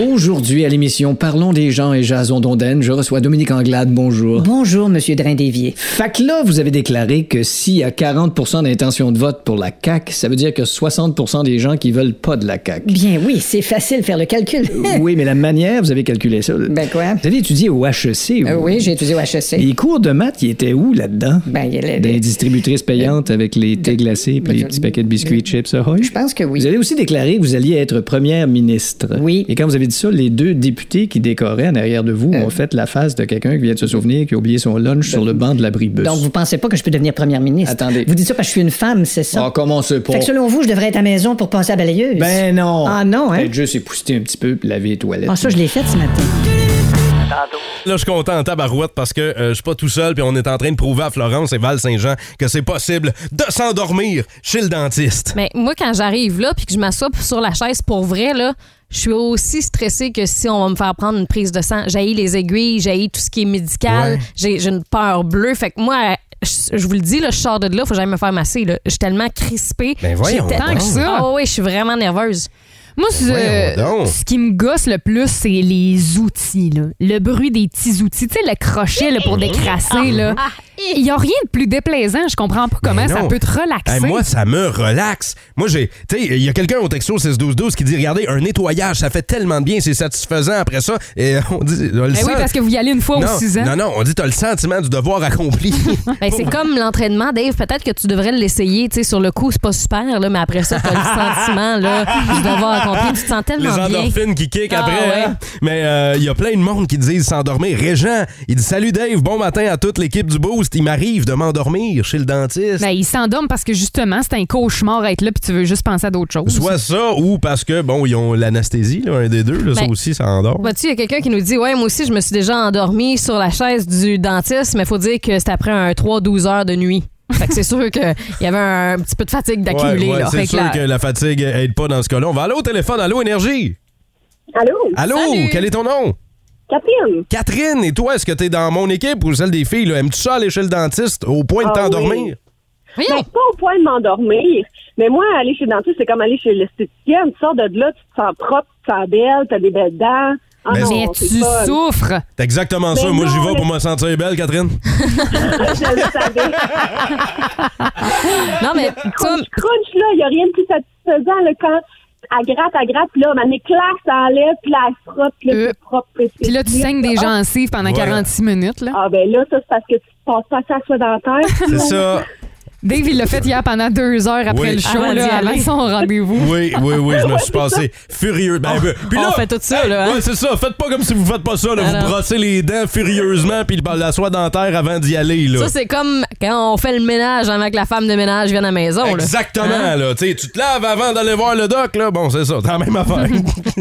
[SPEAKER 7] Aujourd'hui, à l'émission Parlons des gens et Jason Donden, je reçois Dominique Anglade. Bonjour.
[SPEAKER 10] Bonjour, Monsieur Drain-Dévier.
[SPEAKER 7] Fait que là, vous avez déclaré que s'il y a 40 d'intention de vote pour la CAQ, ça veut dire que 60 des gens qui veulent pas de la CAQ.
[SPEAKER 10] Bien oui, c'est facile de faire le calcul.
[SPEAKER 7] Euh, oui, mais la manière, vous avez calculé ça. là.
[SPEAKER 10] Ben quoi?
[SPEAKER 7] Vous avez étudié au HEC. vous.
[SPEAKER 10] Euh, oui, j'ai étudié au HEC.
[SPEAKER 7] Les cours de maths, ils étaient où là-dedans?
[SPEAKER 10] Ben, il y a les-
[SPEAKER 7] Des distributrices payantes avec les thés glacés puis les petits paquets de biscuits chips. Ahoy?
[SPEAKER 10] Ben, Je pense que oui.
[SPEAKER 7] Vous avez aussi déclaré que vous alliez être première ministre.
[SPEAKER 10] Oui. Euh.
[SPEAKER 7] Et quand vous avez dit ça, les deux députés qui décoraient en arrière de vous ont fait la face de quelqu'un qui vient de se souvenir qui a oublié son lunch sur le banc de l'abribus.
[SPEAKER 10] Ben, Donc, vous pensez pas que je peux devenir première ministre?
[SPEAKER 7] Attendez.
[SPEAKER 10] Vous dites ça parce que je suis une femme, c'est ça?
[SPEAKER 7] Ah, comment c'est pas?
[SPEAKER 10] Fait que selon vous, je devrais être à la maison pour passer à balayeuse?
[SPEAKER 7] Ben non.
[SPEAKER 10] Ah non, hein?
[SPEAKER 7] Peut-être juste épousseter un petit peu puis laver les toilettes.
[SPEAKER 10] Ah, ça, je l'ai fait ce matin.
[SPEAKER 4] Là, je suis content en tabarouette parce que euh, je suis pas tout seul, puis on est en train de prouver à Florence et Val-Saint-Jean que c'est possible de s'endormir chez le dentiste.
[SPEAKER 3] Mais moi, quand j'arrive là puis que je m'assois sur la chaise pour vrai, là, je suis aussi stressée que si on va me faire prendre une prise de sang. J'ai les aiguilles, j'ai tout ce qui est médical,
[SPEAKER 4] Ouais.
[SPEAKER 3] j'ai j'ai une peur bleue. Fait que moi, je, je vous le dis, là, je sors de là, faut jamais me faire masser. là. Je suis tellement Ah crispée.
[SPEAKER 4] Ben voyons
[SPEAKER 3] J'ai
[SPEAKER 4] donc.
[SPEAKER 5] Tant que ça.
[SPEAKER 3] Ah oui, je suis vraiment nerveuse.
[SPEAKER 5] Moi, ce,
[SPEAKER 4] Voyons donc.
[SPEAKER 5] ce qui me gosse le plus, c'est les outils. là. Le bruit des petits outils. Tu sais, le crochet là, pour
[SPEAKER 3] Ah.
[SPEAKER 5] décrasser. là. Il n'y a rien de plus déplaisant. Je comprends pas comment
[SPEAKER 4] Mais
[SPEAKER 5] ça
[SPEAKER 4] non.
[SPEAKER 5] peut te relaxer.
[SPEAKER 4] Hey, moi, ça me relaxe. Moi, j'ai. Tu sais, il y a quelqu'un au texto 612-12 qui dit Regardez, un nettoyage, ça fait tellement de bien, c'est satisfaisant après ça. Et [laughs] on dit on le
[SPEAKER 5] Ben
[SPEAKER 3] Eh
[SPEAKER 4] sent.
[SPEAKER 5] oui, parce que vous y allez une fois
[SPEAKER 4] non,
[SPEAKER 5] aux six ans.
[SPEAKER 4] non, non, on dit T'as le sentiment du devoir
[SPEAKER 3] [laughs]
[SPEAKER 4] accompli.
[SPEAKER 3] Ben, c'est comme l'entraînement, Dave. Peut-être que tu devrais l'essayer. Tu sais, sur le coup, c'est pas super, là, mais après ça,
[SPEAKER 4] [laughs]
[SPEAKER 3] t'as le sentiment là, de l'avoir accompli. Tu te sens
[SPEAKER 4] Les
[SPEAKER 3] tellement bien.
[SPEAKER 4] endorphines qui kick
[SPEAKER 3] Ah,
[SPEAKER 4] après.
[SPEAKER 3] ouais.
[SPEAKER 4] hein. Mais euh, il y a plein de monde qui disent s'endormir. Régent, il dit Salut Dave, bon matin à toute l'équipe du Boost. Il m'arrive de m'endormir chez le dentiste.
[SPEAKER 5] Ben, il s'endorme parce que justement, c'est un cauchemar à être là, puis tu veux juste penser à d'autres choses.
[SPEAKER 4] Soit ça ou parce que, bon, ils ont l'anesthésie, là, un des deux. là, ça
[SPEAKER 3] Ben,
[SPEAKER 4] aussi, ça endort.
[SPEAKER 3] Vois-tu, il y a quelqu'un qui nous dit Ouais, moi aussi, je me suis déjà endormi sur la chaise du dentiste, mais faut dire que c'est après un 3-12 heures de nuit. Fait que c'est sûr qu'il y avait un petit peu de fatigue d'accumuler.
[SPEAKER 4] Ouais, ouais,
[SPEAKER 3] là.
[SPEAKER 4] c'est
[SPEAKER 3] Fait que
[SPEAKER 4] sûr
[SPEAKER 3] là-
[SPEAKER 4] que la fatigue aide pas dans ce cas-là. On va aller au téléphone. Allô, Énergie?
[SPEAKER 11] Allô?
[SPEAKER 4] Allô,
[SPEAKER 3] Salut.
[SPEAKER 4] quel est ton nom?
[SPEAKER 11] Catherine?
[SPEAKER 4] Catherine, et toi, est-ce que t'es dans mon équipe ou celle des filles? là? Aimes-tu ça aller chez le dentiste au point de
[SPEAKER 11] Ah oui.
[SPEAKER 4] t'endormir?
[SPEAKER 3] Voyons.
[SPEAKER 11] Ben, pas au point de m'endormir. Mais moi, aller chez le dentiste, c'est comme aller chez l'esthéticienne. Tu sors de là, tu te sens propre, tu te sens belle, t'as des belles dents. Ah
[SPEAKER 4] Mais-
[SPEAKER 11] non,
[SPEAKER 5] Mais
[SPEAKER 11] c'est
[SPEAKER 5] tu
[SPEAKER 11] fun.
[SPEAKER 5] souffres.
[SPEAKER 4] Ben, C'est exactement ça.
[SPEAKER 11] Ben
[SPEAKER 4] Moi, j'y
[SPEAKER 11] non,
[SPEAKER 4] vais
[SPEAKER 11] mais-
[SPEAKER 4] pour me sentir
[SPEAKER 11] [laughs]
[SPEAKER 4] belle, Catherine.
[SPEAKER 11] Je le savais.
[SPEAKER 3] Non, mais toi,
[SPEAKER 11] crunch, crunch, là, il n'y a rien de plus satisfaisant là, quand elle gratte, elle gratte, puis là, elle éclair, ça enlève, puis là, elle frotte, puis là,
[SPEAKER 5] Euh,
[SPEAKER 11] c'est propre. puis c'est
[SPEAKER 5] Puis là, tu
[SPEAKER 11] vite,
[SPEAKER 5] saignes des
[SPEAKER 11] ah.
[SPEAKER 5] gencives pendant
[SPEAKER 4] Ouais.
[SPEAKER 5] 46 minutes. Là.
[SPEAKER 11] Ah, ben là, ça, c'est parce que tu te passes pas ça soit dentaire.
[SPEAKER 4] C'est ça.
[SPEAKER 5] Dave, il l'a fait hier pendant deux heures après
[SPEAKER 4] Oui.
[SPEAKER 5] le show,
[SPEAKER 3] Avant d'y
[SPEAKER 5] là, avant
[SPEAKER 3] aller.
[SPEAKER 5] son
[SPEAKER 11] [laughs]
[SPEAKER 5] rendez-vous.
[SPEAKER 4] Oui, oui, oui, je me suis passé furieux. Ben, ben, puis
[SPEAKER 3] Oh, on
[SPEAKER 4] là,
[SPEAKER 3] fait tout ça, là, hein?
[SPEAKER 4] ouais, c'est ça. Faites pas comme si vous faites pas ça. là.
[SPEAKER 3] Ah,
[SPEAKER 4] Vous
[SPEAKER 3] non.
[SPEAKER 4] brossez les dents furieusement puis la soie dentaire avant d'y aller. Là.
[SPEAKER 3] ça, c'est comme quand on fait le ménage avant que la femme de ménage vienne à la maison. là.
[SPEAKER 4] Exactement,
[SPEAKER 3] Hein?
[SPEAKER 4] là. Tu sais, tu te laves avant d'aller voir le doc, là. Bon, c'est ça. C'est la
[SPEAKER 3] [laughs]
[SPEAKER 4] même affaire. [laughs]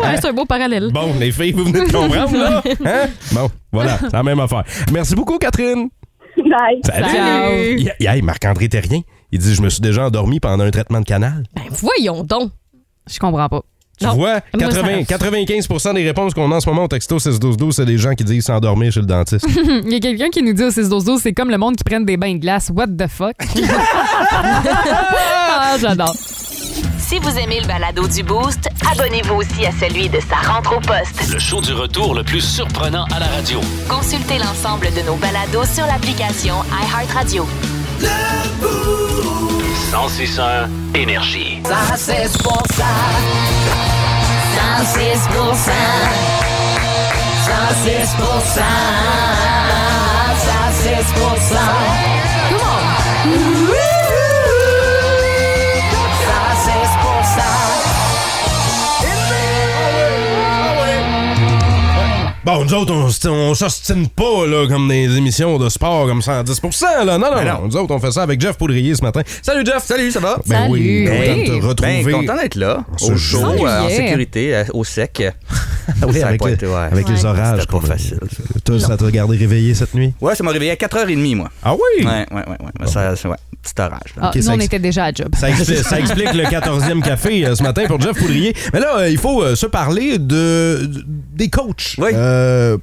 [SPEAKER 3] Ouais, c'est un beau parallèle.
[SPEAKER 4] bon, les filles, vous venez de comprendre,
[SPEAKER 3] [laughs]
[SPEAKER 4] là. Hein? Bon, voilà. C'est la même affaire. Merci beaucoup, Catherine.
[SPEAKER 11] Bye.
[SPEAKER 3] Salut.
[SPEAKER 4] Y- y- hey, Marc-André Terrien, il dit Je me suis déjà endormi pendant un traitement de canal.
[SPEAKER 3] Ben, voyons donc.
[SPEAKER 5] Je comprends pas.
[SPEAKER 4] Tu
[SPEAKER 3] Non.
[SPEAKER 4] vois,
[SPEAKER 3] Moi, ça-
[SPEAKER 4] 80, 95 des réponses qu'on a en ce moment au texto 6-12-12, c'est des gens qui disent s'endormir chez le dentiste.
[SPEAKER 5] Il y a quelqu'un qui nous dit au 6 12 c'est comme le monde qui prenne des bains de glace. What the
[SPEAKER 11] [laughs]
[SPEAKER 5] fuck? ah, j'adore.
[SPEAKER 1] Si vous aimez le balado du Boost, abonnez-vous aussi à celui de sa rentre au poste.
[SPEAKER 2] Le show du retour le plus surprenant à la radio.
[SPEAKER 1] Consultez l'ensemble de nos balados sur l'application iHeartRadio.
[SPEAKER 2] 1061 Énergie.
[SPEAKER 4] Bon, nous autres, on, s- on s'ostine pas là, comme des émissions de sport comme 110 là. Non, non, non, Nous autres, on fait ça avec Jeff Poudrier ce matin. Salut, Jeff.
[SPEAKER 9] Salut, ça va?
[SPEAKER 4] Ben oui,
[SPEAKER 9] Salut.
[SPEAKER 4] content de te
[SPEAKER 9] Ben,
[SPEAKER 4] retrouver.
[SPEAKER 9] content d'être là,
[SPEAKER 4] Ce
[SPEAKER 9] au
[SPEAKER 4] jour.
[SPEAKER 9] chaud, euh, en
[SPEAKER 5] Yeah.
[SPEAKER 9] sécurité, euh, au
[SPEAKER 4] [laughs]
[SPEAKER 9] sec.
[SPEAKER 4] Oui,
[SPEAKER 9] Ça a
[SPEAKER 4] avec,
[SPEAKER 9] pas
[SPEAKER 4] le-
[SPEAKER 9] été, ouais.
[SPEAKER 4] avec les orages.
[SPEAKER 9] C'était pas
[SPEAKER 4] comme-
[SPEAKER 9] facile.
[SPEAKER 4] Toi, ça t'a gardé réveillé cette nuit?
[SPEAKER 9] Ouais, ça m'a réveillé à 4h30, moi.
[SPEAKER 4] Ah oui?
[SPEAKER 9] Ouais, ouais, ouais. ouais. Ça, ça- ouais. Petit orage, là.
[SPEAKER 5] Ah,
[SPEAKER 4] Ok,
[SPEAKER 5] nous,
[SPEAKER 4] ça
[SPEAKER 5] on
[SPEAKER 4] ex-
[SPEAKER 5] était déjà à job.
[SPEAKER 4] Ça explique, ça explique le 14e café euh, ce matin pour Jeff Poudrier. Mais là, euh, il faut euh, se parler de, de- des coachs.
[SPEAKER 9] Oui.
[SPEAKER 4] Euh,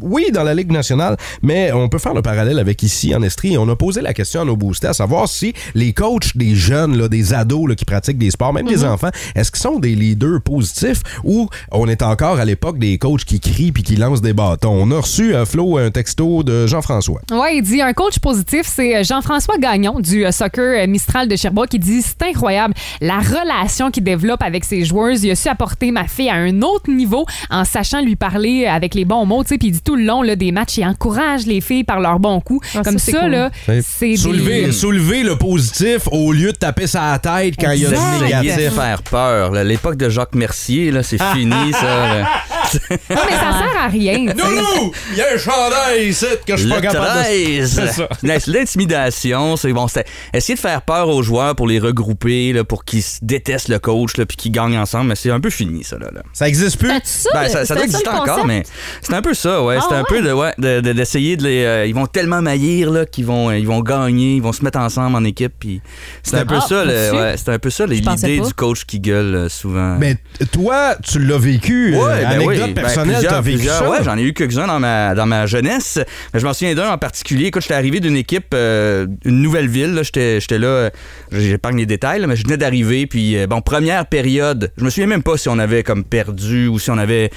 [SPEAKER 4] oui, dans la Ligue nationale, mais on peut faire le parallèle avec ici en Estrie. On a posé la question à nos boostés, à savoir si les coachs des jeunes, là, des ados là, qui pratiquent des sports, même des enfants, est-ce qu'ils sont des leaders positifs ou on est encore à l'époque des coachs qui crient puis qui lancent des bâtons? On a reçu à Flo un texto de Jean-François.
[SPEAKER 5] Ouais, il dit un coach positif, c'est Jean-François Gagnon du euh, soccer euh, Mistral de Sherbrooke qui dit c'est incroyable la relation qu'il développe avec ses joueurs. Il a su apporter ma fille à un autre niveau en sachant lui parler euh, avec les bons mots, tu sais. Puis il dit tout le long là, des matchs, il encourage les filles par leurs bons coups.
[SPEAKER 3] Ah,
[SPEAKER 5] Comme
[SPEAKER 3] ça, c'est
[SPEAKER 5] ça,
[SPEAKER 3] cool.
[SPEAKER 5] là,
[SPEAKER 4] C'est-
[SPEAKER 5] c'est
[SPEAKER 4] Soulever,
[SPEAKER 5] des-
[SPEAKER 4] soulever le positif au lieu de taper sa tête quand il y a
[SPEAKER 9] Vous
[SPEAKER 4] du
[SPEAKER 9] essayez de
[SPEAKER 4] négatif.
[SPEAKER 9] faire peur. là. L'époque de Jacques Mercier, là, c'est
[SPEAKER 7] Ah,
[SPEAKER 9] fini, ça. là.
[SPEAKER 5] Non, mais ça sert à rien. tu sais.
[SPEAKER 4] Noulou! Il y a un chandail ici que je suis pas
[SPEAKER 9] Le
[SPEAKER 4] capable de...
[SPEAKER 9] 13!
[SPEAKER 4] C'est ça.
[SPEAKER 9] Non, c'est L'intimidation, c'est bon. c'était- Essayer de faire peur aux joueurs pour les regrouper, là, pour qu'ils se détestent le coach, là, puis qu'ils gagnent ensemble, mais c'est un peu fini, ça. Là, là.
[SPEAKER 4] Ça existe plus.
[SPEAKER 3] T'as-tu ça?
[SPEAKER 9] Ben, ça, ça doit
[SPEAKER 3] C'était
[SPEAKER 9] exister
[SPEAKER 3] le
[SPEAKER 9] encore,
[SPEAKER 3] concept?
[SPEAKER 9] mais c'est un peu ça, ouais.
[SPEAKER 3] Ah,
[SPEAKER 9] c'est un
[SPEAKER 3] ouais?
[SPEAKER 9] peu de, ouais, de- de- d'essayer de, les. euh, ils vont tellement maillir là, qu'ils vont, euh, ils vont gagner, ils vont se mettre ensemble en équipe. Puis c'est un peu
[SPEAKER 3] Ah,
[SPEAKER 9] ça, le-
[SPEAKER 3] là-dessus?
[SPEAKER 9] ouais, c'est un peu ça, les-
[SPEAKER 3] pensais
[SPEAKER 9] l'idée
[SPEAKER 3] pas.
[SPEAKER 9] du coach qui gueule euh, souvent.
[SPEAKER 4] Mais t- toi, tu l'as vécu. euh,
[SPEAKER 9] Ouais, ben oui.
[SPEAKER 4] anecdote anecdotes personnelles,
[SPEAKER 9] plusieurs,
[SPEAKER 4] t'as vécu
[SPEAKER 9] plusieurs.
[SPEAKER 4] ça?
[SPEAKER 9] Ouais, j'en ai eu quelques-uns dans ma, dans ma jeunesse. Mais je m'en souviens d'un en particulier. Écoute, j'étais arrivé d'une équipe, euh, une nouvelle ville. là. J'étais j'étais là, euh, j'épargne les détails, là, mais je venais d'arriver. Puis, euh, bon, première période, je me souviens même pas si on avait comme perdu ou si on avait.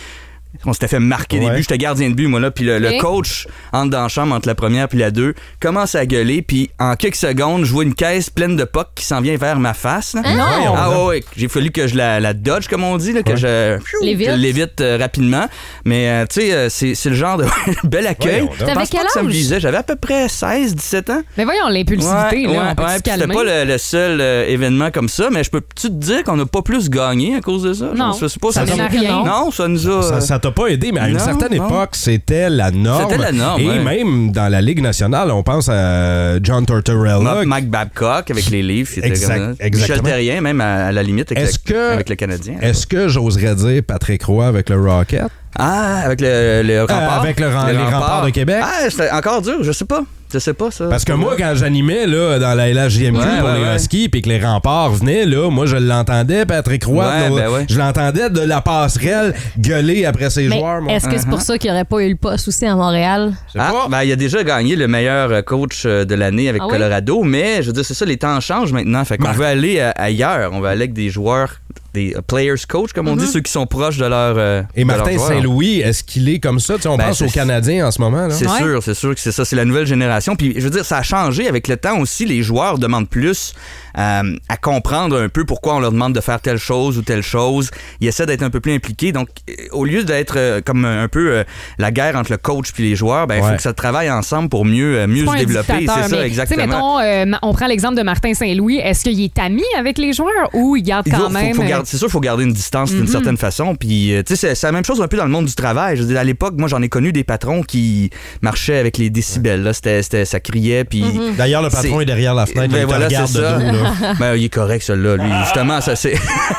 [SPEAKER 9] On s'était fait marquer des buts. J'étais gardien de but, moi, là. Puis le, le
[SPEAKER 12] Ok.
[SPEAKER 9] coach entre dans la chambre entre la première puis la deux, commence à gueuler. Puis en quelques secondes, je vois une caisse pleine de pocs qui s'en vient vers ma face. là.
[SPEAKER 12] Ah non! Voyons
[SPEAKER 9] Ah
[SPEAKER 12] donc.
[SPEAKER 9] ouais, ouais. J'ai fallu que je la, la dodge, comme on dit, là, que je
[SPEAKER 12] L'évite.
[SPEAKER 9] je l'évite euh, rapidement. Mais euh, tu sais, euh, c'est c'est le genre de bel accueil.
[SPEAKER 5] Voyons donc.
[SPEAKER 9] Je
[SPEAKER 5] T'avais
[SPEAKER 9] pense pas
[SPEAKER 5] quel
[SPEAKER 9] que ça me
[SPEAKER 5] âge?
[SPEAKER 9] visait. J'avais à peu près 16, 17 ans.
[SPEAKER 5] Mais voyons l'impulsivité,
[SPEAKER 9] Ouais,
[SPEAKER 5] là.
[SPEAKER 9] ouais,
[SPEAKER 5] on peut
[SPEAKER 9] ouais,
[SPEAKER 5] se
[SPEAKER 9] puis C'était
[SPEAKER 5] calmer.
[SPEAKER 9] pas le, le seul euh, événement comme ça, mais je peux-tu te dire qu'on n'a pas plus gagné à cause de ça?
[SPEAKER 5] Non.
[SPEAKER 9] Je sais pas,
[SPEAKER 5] Ça
[SPEAKER 9] ça,
[SPEAKER 5] donne
[SPEAKER 9] nous-
[SPEAKER 5] rien.
[SPEAKER 9] Non, ça nous a.
[SPEAKER 4] Ça- ça t'a pas aidé, mais à une
[SPEAKER 9] Non,
[SPEAKER 4] certaine
[SPEAKER 9] non.
[SPEAKER 4] époque, c'était la norme.
[SPEAKER 9] C'était la norme,
[SPEAKER 4] Et
[SPEAKER 9] ouais.
[SPEAKER 4] même dans la Ligue nationale, on pense à John Tortorella.
[SPEAKER 9] Mike Babcock avec les livres. c'était
[SPEAKER 4] Exact-
[SPEAKER 9] comme ça. Michel
[SPEAKER 4] exactement.
[SPEAKER 9] Terrien, même à, à la limite, avec,
[SPEAKER 4] Est-ce
[SPEAKER 9] le,
[SPEAKER 4] que-
[SPEAKER 9] avec le Canadien.
[SPEAKER 4] Est-ce que j'oserais dire Patrick Roy avec le Rocket? Euh,
[SPEAKER 9] Ah, avec le, le rempart.
[SPEAKER 4] avec le ren- les remparts de Québec.
[SPEAKER 9] Ah, c'était encore dur, je sais pas. Je sais pas ça.
[SPEAKER 4] Parce que moi, quand j'animais là, dans la LHJMQ
[SPEAKER 9] Ouais,
[SPEAKER 4] pour
[SPEAKER 9] ouais,
[SPEAKER 4] les
[SPEAKER 9] ouais.
[SPEAKER 4] Huskies puis que les remparts venaient, là, moi, je l'entendais, Patrick Roy,
[SPEAKER 9] Ouais,
[SPEAKER 4] de-
[SPEAKER 9] ben ouais.
[SPEAKER 4] je l'entendais de la passerelle gueuler après ses
[SPEAKER 3] Mais
[SPEAKER 4] joueurs. mon-
[SPEAKER 3] est-ce que c'est
[SPEAKER 9] Uh-huh.
[SPEAKER 3] pour ça qu'il n'aurait pas eu le poste aussi à Montréal?
[SPEAKER 9] Ah, ben, il a déjà gagné le meilleur euh, coach euh, de l'année avec
[SPEAKER 3] Ah oui?
[SPEAKER 9] Colorado, mais je veux dire, c'est ça, les temps changent maintenant. Fait qu'on veut aller euh, ailleurs. On veut aller avec des joueurs, des euh, players coach, comme on
[SPEAKER 3] Mhm.
[SPEAKER 9] dit, ceux qui sont proches de leur. euh,
[SPEAKER 4] Et
[SPEAKER 9] de
[SPEAKER 4] Martin
[SPEAKER 9] leur joueur.
[SPEAKER 4] Saint-Louis, est-ce qu'il est comme ça? Tu sais, on
[SPEAKER 9] Ben,
[SPEAKER 4] pense
[SPEAKER 9] c'est-
[SPEAKER 4] aux Canadiens en ce moment. là.
[SPEAKER 9] C'est sûr, c'est sûr que c'est ça, c'est la nouvelle génération. Puis je veux dire, ça a changé avec le temps aussi. Les joueurs demandent plus euh, à comprendre un peu pourquoi on leur demande de faire telle chose ou telle chose. Ils essaient d'être un peu plus impliqués. Donc, euh, au lieu d'être euh, comme un peu euh, la guerre entre le coach puis les joueurs, ben il faut
[SPEAKER 12] Ouais.
[SPEAKER 9] que ça travaille ensemble pour mieux, euh, mieux
[SPEAKER 5] pas
[SPEAKER 9] se
[SPEAKER 5] un
[SPEAKER 9] développer.
[SPEAKER 5] dictateur,
[SPEAKER 9] C'est ça,
[SPEAKER 5] mais,
[SPEAKER 9] exactement.
[SPEAKER 5] tu sais, mettons, euh, ma- on prend l'exemple de Martin Saint-Louis. Est-ce qu'il est ami avec les joueurs ou il garde
[SPEAKER 9] Il faut-
[SPEAKER 5] quand
[SPEAKER 9] faut-
[SPEAKER 5] même.
[SPEAKER 9] faut
[SPEAKER 5] euh,
[SPEAKER 9] garder- c'est sûr, il faut garder une distance d'une
[SPEAKER 5] Mhm.
[SPEAKER 9] certaine façon. Puis, euh, tu sais, c'est- c'est la même chose un peu dans le monde du travail. Je veux dire, à l'époque, moi, j'en ai connu des patrons qui marchaient avec les décibels. Là. C'était, c'était- ça criait. Puis,
[SPEAKER 3] Hum.
[SPEAKER 4] Mhm. D'ailleurs, le patron est derrière la fenêtre, il te regarde
[SPEAKER 9] Ben, c'est
[SPEAKER 4] de
[SPEAKER 9] ça.
[SPEAKER 4] dos, là.
[SPEAKER 9] Ben, il est correct, celui-là. Lui, justement, ça, c'est.
[SPEAKER 3] [laughs]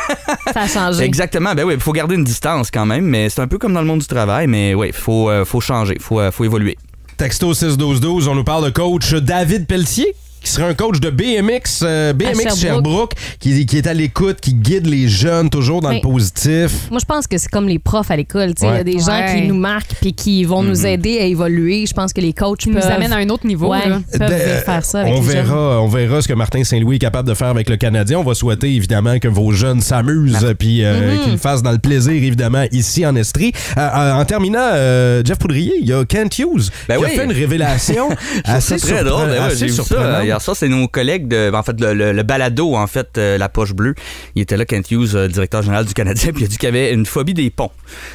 [SPEAKER 3] Ça a changé.
[SPEAKER 9] Exactement. Ben oui, il faut garder une distance quand même. Mais c'est un peu comme dans le monde du travail. Mais oui, il faut, euh, faut changer. Il faut, euh, faut évoluer.
[SPEAKER 4] Texto 61212, on nous parle de coach David Pelletier, qui serait un coach de BMX, euh, BMX
[SPEAKER 3] À
[SPEAKER 4] Sherbrooke,
[SPEAKER 3] Sherbrooke.
[SPEAKER 4] qui, qui est à l'écoute, qui guide les jeunes toujours dans
[SPEAKER 3] Mais-
[SPEAKER 4] le positif.
[SPEAKER 3] Moi, je pense que c'est comme les profs à l'école. tu sais. Il y
[SPEAKER 4] Ouais.
[SPEAKER 3] a des gens
[SPEAKER 5] Ouais.
[SPEAKER 3] qui nous marquent puis qui vont nous
[SPEAKER 4] Mhm.
[SPEAKER 3] aider à évoluer. Je pense que les coachs
[SPEAKER 5] nous
[SPEAKER 3] peuvent...
[SPEAKER 5] amènent à un autre niveau,
[SPEAKER 3] Ouais,
[SPEAKER 5] là.
[SPEAKER 3] peuvent
[SPEAKER 9] Ben,
[SPEAKER 4] Euh,
[SPEAKER 3] faire ça avec
[SPEAKER 4] on,
[SPEAKER 3] les jeunes.
[SPEAKER 4] verra, on verra ce que Martin Saint-Louis est capable de faire avec le Canadien. On va souhaiter évidemment que vos jeunes s'amusent euh, puis euh,
[SPEAKER 3] Mhm.
[SPEAKER 4] qu'ils le fassent dans le plaisir évidemment ici en Estrie. Euh, euh, en terminant, euh, Jeff Poudrier, il y a Kent Hughes
[SPEAKER 9] Ben
[SPEAKER 4] qui a
[SPEAKER 9] oui.
[SPEAKER 4] fait
[SPEAKER 9] [laughs]
[SPEAKER 4] une révélation assez
[SPEAKER 9] C'est très
[SPEAKER 4] surprenante,
[SPEAKER 9] drôle. ben ouais,
[SPEAKER 4] assez
[SPEAKER 9] J'ai vu ça
[SPEAKER 4] surprenante.
[SPEAKER 9] euh, hier soir. C'est nos collègues de, ben, en fait, le, le- le balado, en fait, euh, la poche bleue. Il était là, Kent Hughes, euh, directeur général du Canadien, [laughs] puis il a dit qu'il avait une phobie des ponts,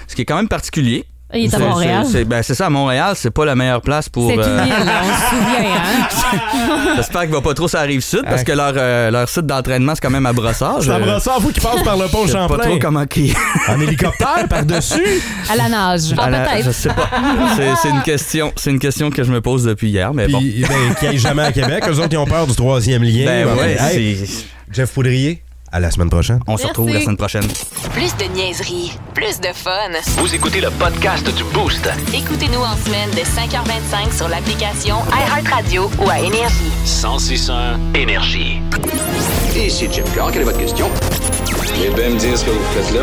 [SPEAKER 9] ce qui est quand même particulier.
[SPEAKER 3] Et il est à
[SPEAKER 9] C'est-
[SPEAKER 3] Montréal.
[SPEAKER 9] c'est- C'est ben, c'est ça, à Montréal, c'est pas la meilleure place pour.
[SPEAKER 3] C'est une
[SPEAKER 9] euh,
[SPEAKER 3] île, on se souvient.
[SPEAKER 9] [laughs]
[SPEAKER 3] hein?
[SPEAKER 9] J'espère qu'il va pas trop sur la rive sud parce que leur, euh, leur site d'entraînement, c'est quand même à brossard.
[SPEAKER 4] C'est à Brossard, faut qu'il passe par le pont
[SPEAKER 9] Ah, Je sais
[SPEAKER 4] Champlain.
[SPEAKER 9] pas trop comment qui.
[SPEAKER 4] En hélicoptère par-dessus.
[SPEAKER 3] à la nage. Ah,
[SPEAKER 9] À la-
[SPEAKER 3] peut-être.
[SPEAKER 9] je sais pas. C'est- C'est une question, c'est une question que je me pose depuis hier, [laughs] mais bon.
[SPEAKER 4] Puis, ben, qu'ils aillent jamais à Québec. Eux autres, ils ont peur du troisième lien.
[SPEAKER 9] Ben
[SPEAKER 4] Ben,
[SPEAKER 9] ouais,
[SPEAKER 4] hey,
[SPEAKER 9] c'est-
[SPEAKER 4] Jeff Poudrier, à la semaine prochaine.
[SPEAKER 9] On se retrouve
[SPEAKER 1] Merci.
[SPEAKER 9] la semaine prochaine.
[SPEAKER 1] Plus de niaiserie, plus de fun.
[SPEAKER 2] Vous écoutez le podcast du Boost.
[SPEAKER 1] Écoutez-nous en semaine de 5h25 sur l'application iHeartRadio ou à Énergie.
[SPEAKER 2] 1061 Énergie. Ici Jim Carr, quelle est votre question? Eh bien, me dire ce que vous faites là.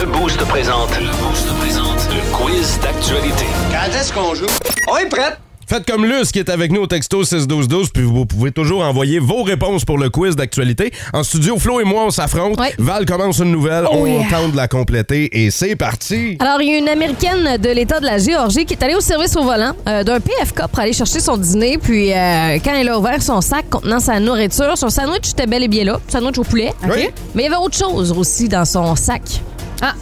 [SPEAKER 2] Le Boost présente. Le Boost présente. Le quiz d'actualité. Quand est-ce qu'on joue? On est prêt!
[SPEAKER 4] Faites comme Luce qui est avec nous au texto 61212, puis vous pouvez toujours envoyer vos réponses pour le quiz d'actualité. En studio, Flo et moi, on s'affronte. Val commence une nouvelle,
[SPEAKER 3] Oh
[SPEAKER 4] on
[SPEAKER 3] yeah.
[SPEAKER 4] tente de la compléter et c'est parti.
[SPEAKER 3] Alors, il y a une Américaine de l'État de la Géorgie qui est allée au service au volant euh, d'un PFK pour aller chercher son dîner. Puis, euh, quand elle a ouvert son sac contenant sa nourriture, son sandwich était bel et bien là, sandwich au poulet.
[SPEAKER 5] Oui.
[SPEAKER 3] Mais il y avait autre chose aussi dans son sac.
[SPEAKER 5] Ah,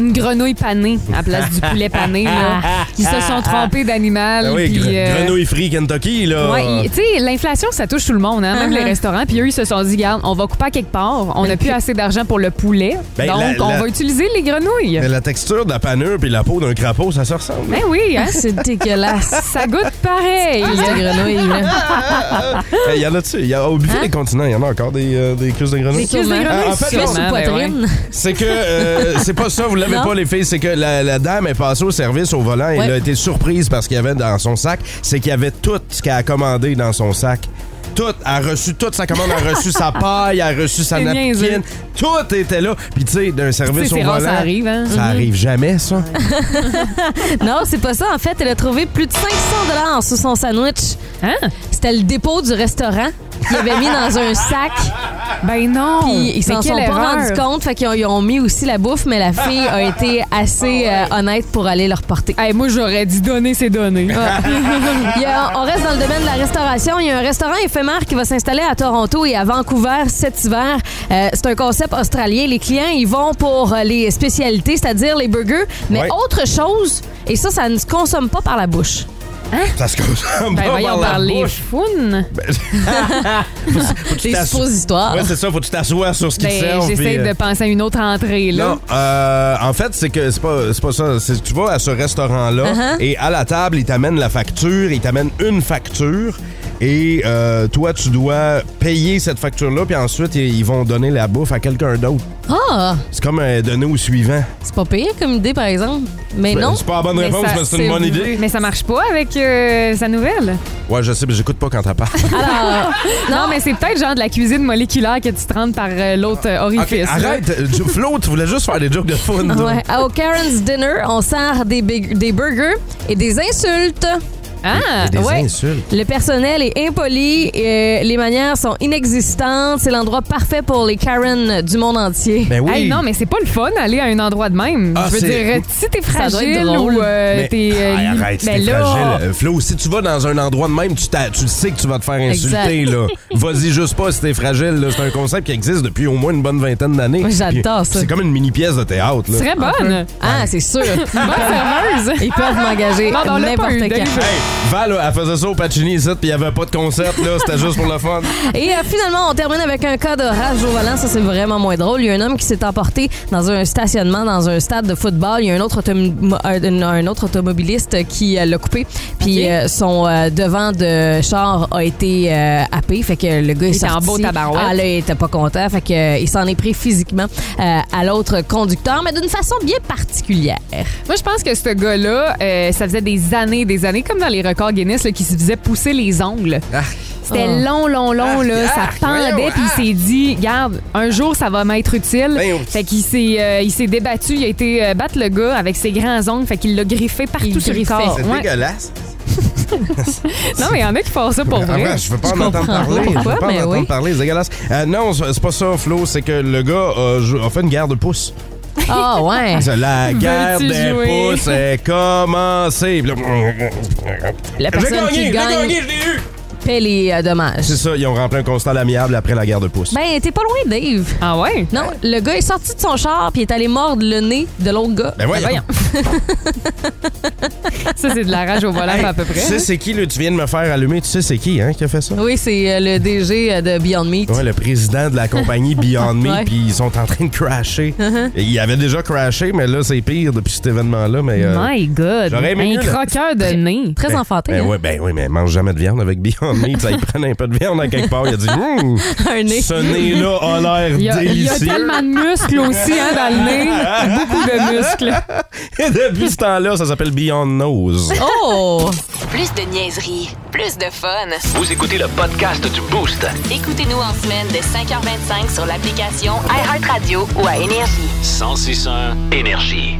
[SPEAKER 5] une grenouille panée à la place du poulet pané.
[SPEAKER 3] [laughs]
[SPEAKER 5] Là, qui se sont trompés d'animal.
[SPEAKER 4] Ah oui,
[SPEAKER 5] puis,
[SPEAKER 4] gre-
[SPEAKER 5] euh,
[SPEAKER 4] grenouille free Kentucky, là.
[SPEAKER 5] Ouais, il- tu sais, l'inflation, ça touche tout le monde, hein, même
[SPEAKER 3] Uh-huh.
[SPEAKER 5] les restaurants. Puis eux, ils se sont dit, garde, on va couper à quelque part. On n'a
[SPEAKER 3] [laughs]
[SPEAKER 5] plus assez d'argent pour le poulet.
[SPEAKER 4] Ben,
[SPEAKER 5] donc,
[SPEAKER 4] la-
[SPEAKER 5] on
[SPEAKER 4] la-
[SPEAKER 5] va utiliser les grenouilles.
[SPEAKER 4] Mais la texture de la panure puis la peau d'un crapaud, ça se ressemble.
[SPEAKER 5] Ben oui, hein?
[SPEAKER 3] Ah, C'est [laughs] dégueulasse.
[SPEAKER 5] Ça goûte pareil.
[SPEAKER 3] Ah, c'est grenouille,
[SPEAKER 4] là. Il y en a-tu? Il Y a, au
[SPEAKER 5] Hein?
[SPEAKER 4] buffet des continents, il y en a encore des, euh, des cuisses de grenouille.
[SPEAKER 3] Des cuisses de ben grenouille,
[SPEAKER 4] Ah, en fait,
[SPEAKER 3] sûrement,
[SPEAKER 4] non,
[SPEAKER 3] sous poitrine.
[SPEAKER 4] C'est que euh, c'est pas ça, vous l'avez
[SPEAKER 3] Non.
[SPEAKER 4] pas les filles, c'est que la, la dame est passée au service au volant et
[SPEAKER 3] Ouais.
[SPEAKER 4] elle a été surprise parce qu'il y avait dans son sac, c'est qu'il y avait tout ce qu'elle a commandé dans son sac. tout. Elle a reçu toute sa commande. Elle a reçu
[SPEAKER 5] [laughs]
[SPEAKER 4] sa paille, elle a reçu sa
[SPEAKER 5] C'est
[SPEAKER 4] napkin.
[SPEAKER 5] niaiseux.
[SPEAKER 4] Tout était là. Puis, tu sais, d'un service
[SPEAKER 5] C'est
[SPEAKER 4] au
[SPEAKER 5] rare,
[SPEAKER 4] volant.
[SPEAKER 5] ça arrive, hein?
[SPEAKER 4] Ça
[SPEAKER 5] Mhm.
[SPEAKER 4] arrive jamais, ça.
[SPEAKER 3] non, c'est pas ça. En fait, elle a trouvé plus de 500 dollars sous son sandwich.
[SPEAKER 5] Hein?
[SPEAKER 3] C'était le dépôt du restaurant qu'il avait mis dans un sac.
[SPEAKER 5] Ben non.
[SPEAKER 3] Puis ils
[SPEAKER 5] Mais
[SPEAKER 3] s'en sont
[SPEAKER 5] quelle
[SPEAKER 3] pas
[SPEAKER 5] erreur.
[SPEAKER 3] rendus compte, fait qu'ils ont, ils ont mis aussi la bouffe, mais la fille a été assez euh, honnête pour aller leur porter.
[SPEAKER 5] Ah moi, j'aurais dit donner, c'est
[SPEAKER 4] [laughs]
[SPEAKER 5] donner. Ah.
[SPEAKER 3] Il y a- on reste dans le domaine de la restauration. Il y a un restaurant éphémère qui va s'installer à Toronto et à Vancouver cet hiver. Euh, c'est un concept australien. Les clients, ils vont pour euh, les spécialités, c'est-à-dire les burgers, mais
[SPEAKER 4] Ouais.
[SPEAKER 3] autre chose. Et ça, ça ne se consomme pas par la bouche.
[SPEAKER 4] Ça
[SPEAKER 5] [laughs]
[SPEAKER 4] se consomme
[SPEAKER 5] Ben
[SPEAKER 4] pas
[SPEAKER 5] voyons,
[SPEAKER 4] par la
[SPEAKER 5] par les
[SPEAKER 4] bouche. Ben,
[SPEAKER 5] founes.
[SPEAKER 4] Faut que tu
[SPEAKER 5] Des
[SPEAKER 4] t'assoies-
[SPEAKER 5] suppositoires.
[SPEAKER 4] Ouais, c'est ça. Faut que tu t'assoies sur ce qu'ils
[SPEAKER 5] Ben,
[SPEAKER 4] servent.
[SPEAKER 5] j'essaie
[SPEAKER 4] puis, euh,
[SPEAKER 5] de penser à une autre entrée, là.
[SPEAKER 4] Non, euh, en fait, c'est que c'est pas, c'est pas ça. C'est que tu vas à ce restaurant-là
[SPEAKER 5] Uh-huh.
[SPEAKER 4] et à la table, ils t'amènent la facture, ils t'amènent une facture et euh, toi, tu dois payer cette facture-là, puis ensuite, ils ils vont donner la bouffe à quelqu'un d'autre.
[SPEAKER 3] Ah!
[SPEAKER 4] C'est comme euh, donner au suivant.
[SPEAKER 3] C'est pas pire comme idée, par exemple. Mais
[SPEAKER 4] C'est-
[SPEAKER 3] non.
[SPEAKER 4] c'est pas la bonne
[SPEAKER 3] Mais
[SPEAKER 4] réponse,
[SPEAKER 3] ça-
[SPEAKER 4] mais c'est une bonne idée.
[SPEAKER 5] Mais ça marche pas avec euh, sa nouvelle.
[SPEAKER 4] Ouais, je sais, mais j'écoute pas quand t'as parles.
[SPEAKER 5] non, mais c'est peut-être genre de la cuisine moléculaire que tu te rentres par euh, l'autre euh,
[SPEAKER 4] [laughs] Ah, Ok,
[SPEAKER 5] orifice. là.
[SPEAKER 4] arrête, euh, tu- Flo, tu voulais juste faire des jokes de fun. toi.
[SPEAKER 3] Ouais. Au Karen's Dinner, on sert des, big- des burgers et des insultes.
[SPEAKER 5] Ah,
[SPEAKER 4] Des insultes.
[SPEAKER 3] Le personnel est impoli, euh, les manières sont inexistantes. C'est l'endroit parfait pour les Karen du monde entier.
[SPEAKER 4] Ben
[SPEAKER 5] Hey, non, mais c'est pas le fun aller à un endroit de même.
[SPEAKER 4] Ah,
[SPEAKER 5] Je veux
[SPEAKER 4] c'est-
[SPEAKER 5] dire, si t'es
[SPEAKER 3] Ça doit être
[SPEAKER 5] fragile
[SPEAKER 3] drôle.
[SPEAKER 5] ou euh,
[SPEAKER 4] Mais-
[SPEAKER 5] t'es. euh,
[SPEAKER 4] Hey,
[SPEAKER 5] li-
[SPEAKER 4] arrête,
[SPEAKER 5] ben
[SPEAKER 4] c'est
[SPEAKER 5] là,
[SPEAKER 4] fragile. Euh, Flo, si tu vas dans un endroit de même, tu, t'as- tu le sais que tu vas te faire
[SPEAKER 3] Exact.
[SPEAKER 5] [laughs]
[SPEAKER 4] insulter. là. Vas-y juste pas si t'es fragile. là. C'est un concept qui existe depuis au moins une bonne vingtaine d'années.
[SPEAKER 3] Moi, j'adore
[SPEAKER 4] Puis
[SPEAKER 3] ça.
[SPEAKER 4] C'est comme une mini-pièce de théâtre. là.
[SPEAKER 5] Très [laughs] bonne.
[SPEAKER 3] Ah, c'est sûr. Bonne [laughs]
[SPEAKER 5] serveuse.
[SPEAKER 3] Ils peuvent m'engager
[SPEAKER 5] Non, non, on l'a pas
[SPEAKER 3] n'importe
[SPEAKER 5] eu,
[SPEAKER 3] quand.
[SPEAKER 5] Dave.
[SPEAKER 4] Hey, Val, là, elle faisait ça au Pacini ici, puis il n'y avait pas de concept. là. C'était juste pour
[SPEAKER 5] [laughs]
[SPEAKER 4] le fun.
[SPEAKER 3] Et euh, finalement, on termine avec un cas de rage au volant. Ça, c'est vraiment moins drôle. Il y a un homme qui s'est emporté dans un stationnement, dans un stade de football. Il y a un autre, autom- un, un autre automobiliste qui euh, l'a coupé. Puis euh, son euh, devant de char a été euh, happé. Fait que le gars est
[SPEAKER 5] Il était en
[SPEAKER 3] sorti.
[SPEAKER 5] beau tabarouette.
[SPEAKER 3] Ah, là, il était pas content. Fait que, euh, il s'en est pris physiquement euh, à l'autre conducteur, mais d'une façon bien
[SPEAKER 5] [laughs]
[SPEAKER 3] particulière.
[SPEAKER 5] Moi, je pense que ce gars-là, euh, ça faisait des années, des années, comme dans les records Guinness, là, qui se faisait pousser les ongles. C'était
[SPEAKER 3] Ah.
[SPEAKER 5] long, long, long,
[SPEAKER 3] Ah,
[SPEAKER 5] là.
[SPEAKER 3] ah,
[SPEAKER 5] ça
[SPEAKER 3] voyons,
[SPEAKER 5] pendait, puis il s'est dit, garde, un jour, ça va m'être utile.
[SPEAKER 3] Ben, oups.
[SPEAKER 5] Fait qu'il s'est, euh, il s'est débattu, il a été euh, battre le gars avec ses grands ongles, fait qu'il l'a griffé partout
[SPEAKER 3] Il
[SPEAKER 5] sur le
[SPEAKER 3] griffait.
[SPEAKER 5] corps. Ouais. Non, mais il y en a qui font ça pour
[SPEAKER 4] Ah,
[SPEAKER 5] vrai.
[SPEAKER 4] ouais, je veux pas en entendre parler. je veux pas en entendre parler, c'est dégueulasse. Euh, non, c'est c'est pas ça, Flo. C'est que le gars a jou- a fait une guerre de pouces.
[SPEAKER 3] Ah, ouais.
[SPEAKER 5] [laughs]
[SPEAKER 4] C'est La guerre
[SPEAKER 3] Veux-tu
[SPEAKER 4] des
[SPEAKER 3] jouer?
[SPEAKER 4] pouces est commencée. Puis là,
[SPEAKER 5] [laughs]
[SPEAKER 3] La
[SPEAKER 4] J'ai
[SPEAKER 3] personne
[SPEAKER 4] gagné,
[SPEAKER 3] qui
[SPEAKER 4] j'ai
[SPEAKER 3] gagne
[SPEAKER 4] gagné,
[SPEAKER 3] paie les euh, dommages.
[SPEAKER 4] C'est ça, ils ont rempli un constat à l'amiable après la guerre de pouces.
[SPEAKER 3] Ben, t'es pas loin, Dave.
[SPEAKER 5] Ah ouais?
[SPEAKER 3] Non, le gars est sorti de son char puis il est allé mordre le nez de l'autre gars.
[SPEAKER 4] Ben voyons.
[SPEAKER 5] Ça, c'est de la rage au volant, à peu
[SPEAKER 4] Tu
[SPEAKER 5] près. hein.
[SPEAKER 4] sais c'est qui, là, tu viens de me faire allumer, tu sais c'est qui hein, qui a fait ça?
[SPEAKER 3] Oui, c'est euh, le DG de Beyond Meat.
[SPEAKER 4] Ouais, le président de la
[SPEAKER 5] [laughs]
[SPEAKER 4] compagnie Beyond
[SPEAKER 3] Ouais.
[SPEAKER 4] Me, puis ils sont en train de crasher.
[SPEAKER 3] Uh-huh.
[SPEAKER 4] Et Ils avaient déjà crashé, mais là, c'est pire depuis cet événement-là. Mais, euh,
[SPEAKER 5] My God.
[SPEAKER 4] j'aurais aimé
[SPEAKER 5] Un
[SPEAKER 4] mieux, là.
[SPEAKER 5] croqueur de nez.
[SPEAKER 3] Très
[SPEAKER 4] ben,
[SPEAKER 3] enfanté.
[SPEAKER 4] Ben,
[SPEAKER 3] hein?
[SPEAKER 4] ouais, ben oui, mais mange jamais de viande avec Beyond Meat. Ça, ils prennent un peu de viande à quelque part.
[SPEAKER 5] [laughs]
[SPEAKER 4] Il a dit, Hum,
[SPEAKER 3] Un nez.
[SPEAKER 4] ce nez-là a l'air
[SPEAKER 5] Il y, a, il y a
[SPEAKER 4] délicieux.
[SPEAKER 5] tellement de muscles aussi hein, dans le nez. Beaucoup de muscles.
[SPEAKER 4] [laughs] Et depuis ce temps-là, ça s'appelle Beyond Nose.
[SPEAKER 3] Oh!
[SPEAKER 1] Plus de niaiserie, plus de fun.
[SPEAKER 2] Vous écoutez le podcast du Boost.
[SPEAKER 1] Écoutez-nous en semaine de 5h25 sur l'application iHeartRadio ou à Énergie.
[SPEAKER 2] 1061 Énergie.